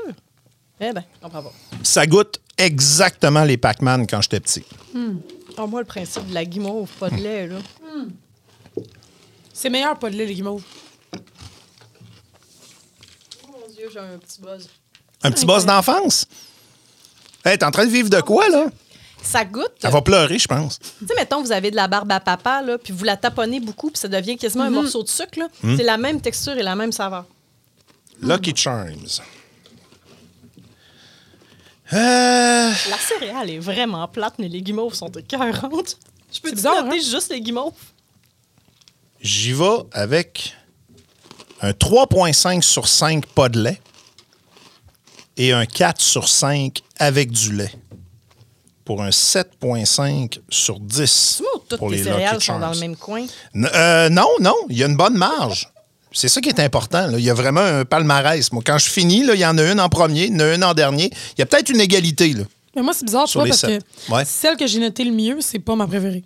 Speaker 4: Eh ben, je comprends pas.
Speaker 2: Ça goûte exactement les Pac-Man quand j'étais petit.
Speaker 4: Oh, moi, le principe de la guimauve, pas de lait, là.
Speaker 3: Hmm. C'est meilleur pas de lait, les guimauves.
Speaker 4: Oh Mon Dieu, j'ai un petit buzz.
Speaker 2: Un petit boss d'enfance. Hey, t'es en train de vivre de quoi, là?
Speaker 4: Ça goûte.
Speaker 2: Elle va pleurer, je pense.
Speaker 4: Tu sais, mettons, vous avez de la barbe à papa, là, puis vous la taponnez beaucoup, puis ça devient quasiment
Speaker 2: Mhm.
Speaker 4: un morceau de sucre, là. C'est la même texture et la même saveur.
Speaker 3: Mm.
Speaker 2: Lucky Charms. Euh,
Speaker 4: La céréale est vraiment plate, mais les guimauves sont écœurantes. hein? Je peux
Speaker 3: C'est
Speaker 4: te
Speaker 3: bizarre,
Speaker 4: noter juste les guimauves.
Speaker 2: J'y vais avec un 3,5 sur 5 pas de lait et un 4 sur 5 avec du lait pour un 7,5 sur 10
Speaker 4: Tu vois, toutes
Speaker 2: pour
Speaker 4: les,
Speaker 2: les
Speaker 4: céréales
Speaker 2: Lucky
Speaker 4: sont dans le
Speaker 2: Charms.
Speaker 4: même coin.
Speaker 2: N- euh, non, non, il y a une bonne marge. C'est ça qui est important. là. Il y a vraiment un palmarès. Moi, quand je finis, là, il y en a une en premier, il y en a une en dernier. Il y a peut-être une égalité. Là.
Speaker 3: Mais moi, c'est bizarre, tu
Speaker 2: Sur
Speaker 3: vois,
Speaker 2: les
Speaker 3: parce
Speaker 2: sept.
Speaker 3: que
Speaker 2: Ouais.
Speaker 3: celle que j'ai notée le mieux, c'est pas ma préférée.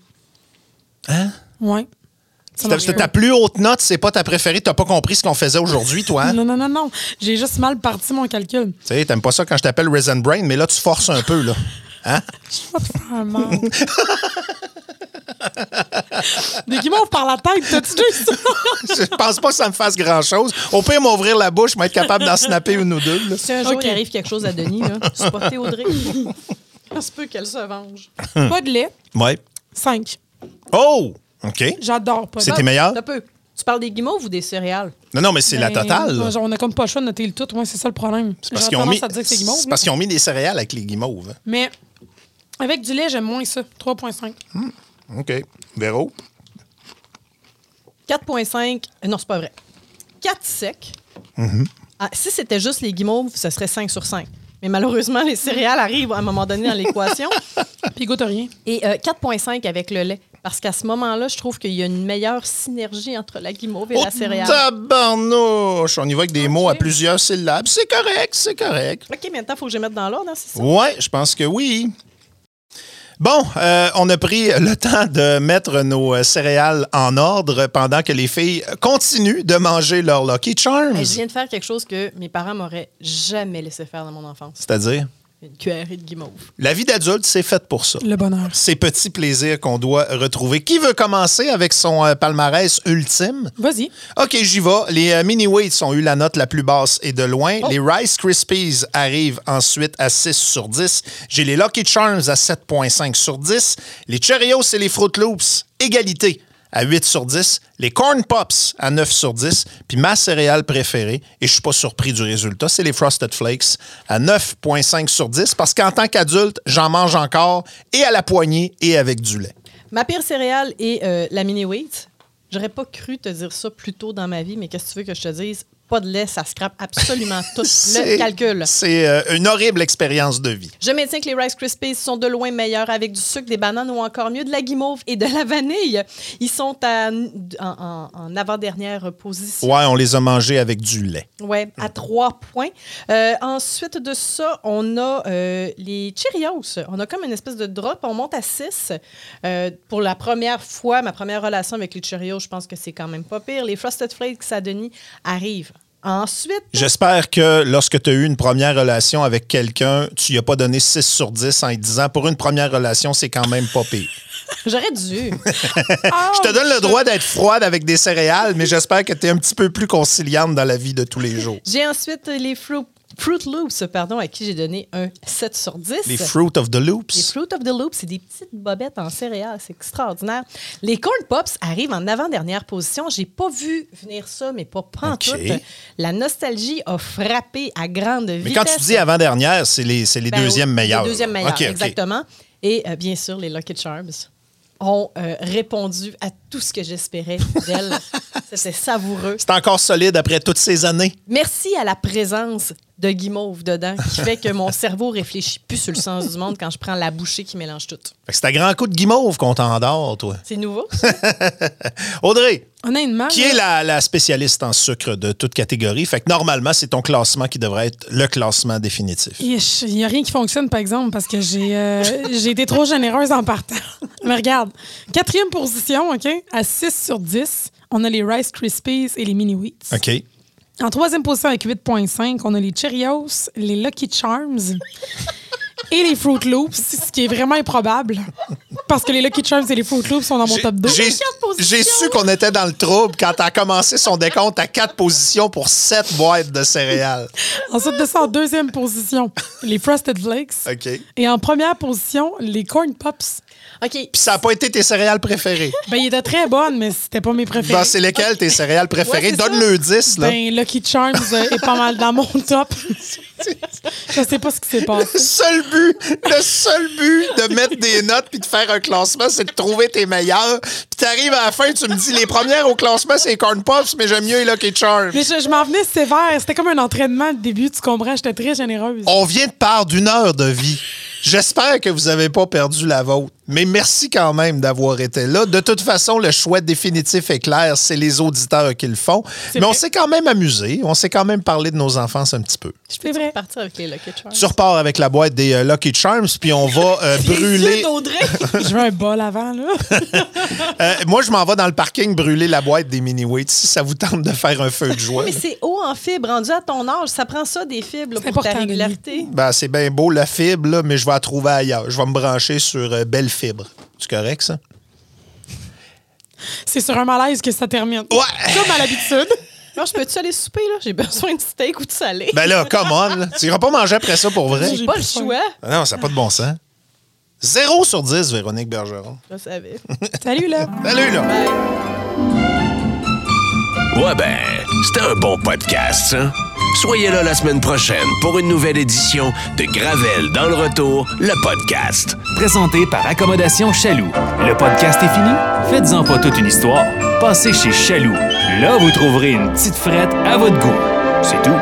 Speaker 2: Hein?
Speaker 3: Ouais. Ça
Speaker 2: C'était
Speaker 3: marche
Speaker 2: c'était
Speaker 3: pas.
Speaker 2: ta plus haute note, c'est pas ta préférée. T'as pas compris ce qu'on faisait aujourd'hui,
Speaker 4: *laughs*
Speaker 2: toi. hein?
Speaker 3: Non, non, non, non. J'ai juste mal parti mon calcul.
Speaker 2: Tu sais, t'aimes pas ça quand je t'appelle Raisin Brain, mais là, tu forces un peu, là. Hein?
Speaker 3: Pas de
Speaker 2: *laughs*
Speaker 3: faire mal. Des guimauves par la tête, t'as-tu vu ça?
Speaker 2: *laughs* Je pense pas que ça me fasse grand-chose. Au pire, m'ouvrir la bouche, m'être capable d'en snapper une ou deux. là.
Speaker 4: Si un jour
Speaker 3: Ok.
Speaker 4: il arrive quelque chose à Denis, *laughs* là, c'est pas Théodré. Ça se peut qu'elle se venge.
Speaker 2: Hum.
Speaker 3: Pas de lait.
Speaker 2: Ouais.
Speaker 3: 5.
Speaker 2: Oh! OK.
Speaker 3: J'adore pas de
Speaker 2: C'est
Speaker 3: lait.
Speaker 2: tes meilleurs?
Speaker 4: Ça peut. Tu parles des guimauves ou des céréales?
Speaker 2: Non, non, mais c'est la
Speaker 3: Ben,
Speaker 2: totale. là.
Speaker 3: moi, genre, On a comme pas le choix de noter le tout. Ouais, c'est ça le problème.
Speaker 2: C'est parce
Speaker 3: J'aurais
Speaker 2: qu'ils ont
Speaker 3: tendance
Speaker 2: mis.
Speaker 3: à dire que c'est guimauve,
Speaker 2: c'est
Speaker 3: là.
Speaker 2: parce qu'ils ont mis des céréales avec les guimauves. hein.
Speaker 3: Mais avec du lait, j'aime moins ça. 3,5.
Speaker 2: OK. Véro?
Speaker 4: 4,5. euh, Non, c'est pas vrai. 4 secs.
Speaker 2: Mm-hmm.
Speaker 4: Ah, si c'était juste les guimauves, ce serait 5 sur 5. Mais malheureusement, les céréales arrivent à un moment donné dans
Speaker 2: *laughs*
Speaker 4: l'équation.
Speaker 3: Puis goûte à rien.
Speaker 4: Et euh, 4,5 avec le lait. Parce qu'à ce moment-là, je trouve qu'il y a une meilleure synergie entre la guimauve et
Speaker 2: Oh,
Speaker 4: la céréale.
Speaker 2: tabarnouche! On y va avec des mots à plusieurs syllabes. C'est correct, c'est correct.
Speaker 4: OK, maintenant, il faut que je les mette dans l'ordre, hein, c'est ça?
Speaker 2: Ouais, je pense que oui. Bon, euh, on a pris le temps de mettre nos euh, céréales en ordre pendant que les filles continuent de manger leurs Lucky Charms.
Speaker 4: Hey, je viens de faire quelque chose que mes parents m'auraient jamais laissé faire dans mon enfance.
Speaker 2: C'est-à-dire,
Speaker 4: Une cuillerée de guimauve.
Speaker 2: la vie d'adulte, c'est faite pour ça.
Speaker 3: Le bonheur.
Speaker 2: Ces petits plaisirs qu'on doit retrouver. Qui veut commencer avec son euh, palmarès ultime?
Speaker 3: Vas-y.
Speaker 2: OK, j'y vais. Les euh, mini weights ont eu la note la plus basse et de loin.
Speaker 4: Oh.
Speaker 2: Les Rice Krispies arrivent ensuite à 6 sur 10. J'ai les Lucky Charms à 7,5 sur 10. Les Cheerios et les Fruit Loops, égalité à 8 sur 10. Les Corn Pops à 9 sur 10. Puis ma céréale préférée, et je suis pas surpris du résultat, c'est les Frosted Flakes à 9,5 sur 10 parce qu'en tant qu'adulte, j'en mange encore et à la poignée et avec du lait.
Speaker 4: Ma pire céréale est euh, la mini wheat. J'aurais pas cru te dire ça plus tôt dans ma vie, mais qu'est-ce que tu veux que je te dise? Pas de lait, ça scrape absolument tout le
Speaker 2: C'est-
Speaker 4: calcul.
Speaker 2: C'est euh, une horrible expérience de vie.
Speaker 4: Je maintiens que les Rice Krispies sont de loin meilleurs avec du sucre, des bananes ou encore mieux de la guimauve et de la vanille. Ils sont à- en, en- en avant-dernière position.
Speaker 2: Ouais, on les a mangés avec du lait.
Speaker 4: Ouais,
Speaker 2: Mm-hmm.
Speaker 4: à trois points. Euh, ensuite de ça, on a euh, les Cheerios. On a comme une espèce de drop. On monte à six. Euh, pour la première fois, ma première relation avec les Cheerios, je pense que c'est quand même pas pire. Les Frosted Flakes à Denis arrivent. Ensuite,
Speaker 2: J'espère que lorsque tu as eu une première relation avec quelqu'un, tu n'y as pas donné 6 sur 10 en lui disant pour une première relation, c'est quand même pas pire.
Speaker 4: *laughs* j'aurais dû. Oh,
Speaker 2: Je te donne le droit d'être froide avec des céréales, mais j'espère que tu es un petit peu plus conciliante dans la vie de
Speaker 4: *laughs*
Speaker 2: tous les jours.
Speaker 4: J'ai ensuite les Fruit, Fruit Loops, pardon, à qui j'ai donné un 7 sur 10.
Speaker 2: Les Fruit of the
Speaker 4: Les
Speaker 2: Loops.
Speaker 4: Fruit of the Loop, c'est des petites bobettes en céréales. C'est extraordinaire. Les Corn Pops arrivent en avant-dernière position. J'ai pas vu venir ça, mais pas pantoute.
Speaker 2: Ok.
Speaker 4: La nostalgie a frappé à grande vitesse.
Speaker 2: Mais quand tu dis avant-dernière, c'est les, c'est les
Speaker 4: Ben,
Speaker 2: deuxièmes
Speaker 4: les
Speaker 2: meilleurs.
Speaker 4: deuxièmes meilleurs,
Speaker 2: OK, OK.
Speaker 4: exactement. Et euh, bien sûr,
Speaker 2: *laughs*
Speaker 4: les Lucky Charms ont euh, répondu à tout ce que j'espérais d'elles. C'était savoureux.
Speaker 2: C'est encore solide après toutes ces années.
Speaker 4: Merci à la présence de guimauve dedans qui fait que
Speaker 2: *laughs*
Speaker 4: mon cerveau réfléchit plus sur le sens du monde quand je prends la bouchée qui mélange tout.
Speaker 2: Fait que c'est à grand coup de guimauve qu'on t'endort, toi.
Speaker 4: C'est
Speaker 2: *laughs*
Speaker 4: nouveau.
Speaker 2: Audrey,
Speaker 3: Honnêtement.
Speaker 2: qui
Speaker 3: là,
Speaker 2: est la, la spécialiste en sucre de toute catégorie. Fait que normalement, c'est ton classement qui devrait être le classement définitif.
Speaker 3: Ich, Il n'y a rien qui fonctionne, par exemple, parce que j'ai euh, *laughs* j'ai été trop généreuse en partant. *laughs* Mais regarde, quatrième position, OK, à 6 sur 10, on a les Rice Krispies et les Mini Wheats.
Speaker 2: OK.
Speaker 3: En troisième position, avec 8,5, on a les Cheerios, les Lucky Charms et les Fruit Loops, ce qui est vraiment improbable, parce que les Lucky Charms et les Fruit Loops sont dans mon
Speaker 2: J'ai-
Speaker 3: top 2.
Speaker 2: j'ai- J'ai su qu'on était dans le trouble quand elle a commencé son décompte à quatre positions pour sept boîtes de céréales.
Speaker 3: Ensuite de ça, en deuxième position, les Frosted Flakes.
Speaker 2: OK. Puis
Speaker 3: Et en première position, les Corn Pops.
Speaker 4: OK.
Speaker 2: ça n'a pas été tes céréales préférées.
Speaker 3: Ben, il était très bonne, mais c'était pas mes préférés.
Speaker 2: Ben, c'est lesquelles tes céréales
Speaker 4: Ouais,
Speaker 2: préférées?
Speaker 4: c'est
Speaker 2: Donne-le 10, là.
Speaker 3: Ben, Lucky Charms euh, est pas mal dans mon top. je sais pas ce qui s'est
Speaker 2: Le
Speaker 3: passé.
Speaker 2: seul but, le seul but de mettre des notes puis de faire un classement, c'est de trouver tes meilleurs. Puis t'arrives à la fin, tu me dis les premières au classement, c'est les Corn Pops, mais j'aime mieux les Lucky Charms.
Speaker 3: Mais je, je m'en venais sévère. C'était comme un entraînement au début, tu comprends? J'étais très généreuse.
Speaker 2: On vient de part d'une heure de vie. J'espère que vous n'avez pas perdu la vôtre. Mais merci quand même d'avoir été là. De toute façon, le choix définitif est clair. C'est les auditeurs qui le font. Mais on
Speaker 3: vrai.
Speaker 2: s'est quand même amusé. On s'est quand même parlé de nos enfances un petit peu.
Speaker 4: Je
Speaker 3: C'est vrai.
Speaker 4: partir avec les Lucky Charms.
Speaker 2: Tu repars avec la boîte des euh, Lucky Charms, puis on va euh, brûler.
Speaker 3: Je veux un bol avant, là. *laughs*
Speaker 2: Euh, moi, je m'en vais dans le parking brûler la boîte des mini weights si ça vous tente de faire un feu de joie.
Speaker 4: Mais c'est haut en fibres. Rendu à ton âge, ça prend ça des fibres là,
Speaker 3: C'est
Speaker 4: pour ta
Speaker 3: important,
Speaker 4: régularité.
Speaker 2: Ben, c'est bien beau, la fibre, là, mais je vais la trouver ailleurs. Je vais me brancher sur euh, Belle Fibre. C'est correct, ça?
Speaker 3: C'est sur un malaise que ça termine.
Speaker 2: Ouais!
Speaker 3: Comme à l'habitude.
Speaker 4: Moi, je peux-tu aller souper, là? J'ai besoin de steak ou de salé.
Speaker 2: Ben là, come on. là. Tu iras pas manger après ça pour vrai?
Speaker 4: J'ai pas
Speaker 3: plus
Speaker 4: le
Speaker 3: faim.
Speaker 4: choix.
Speaker 2: Ah Non, ça n'a pas de bon sens. 0 sur 10, Véronique Bergeron.
Speaker 4: Je le savais.
Speaker 3: Salut, là.
Speaker 2: Salut, là!
Speaker 5: Ouais ben, c'était un bon podcast, ça. Soyez là la semaine prochaine pour une nouvelle édition de Gravel dans le retour, le podcast.
Speaker 1: présenté par Accommodation Chaloux. Le podcast est fini? Faites-en pas toute une histoire. Passez chez Chaloux. Là, vous trouverez une petite frette à votre goût. C'est tout.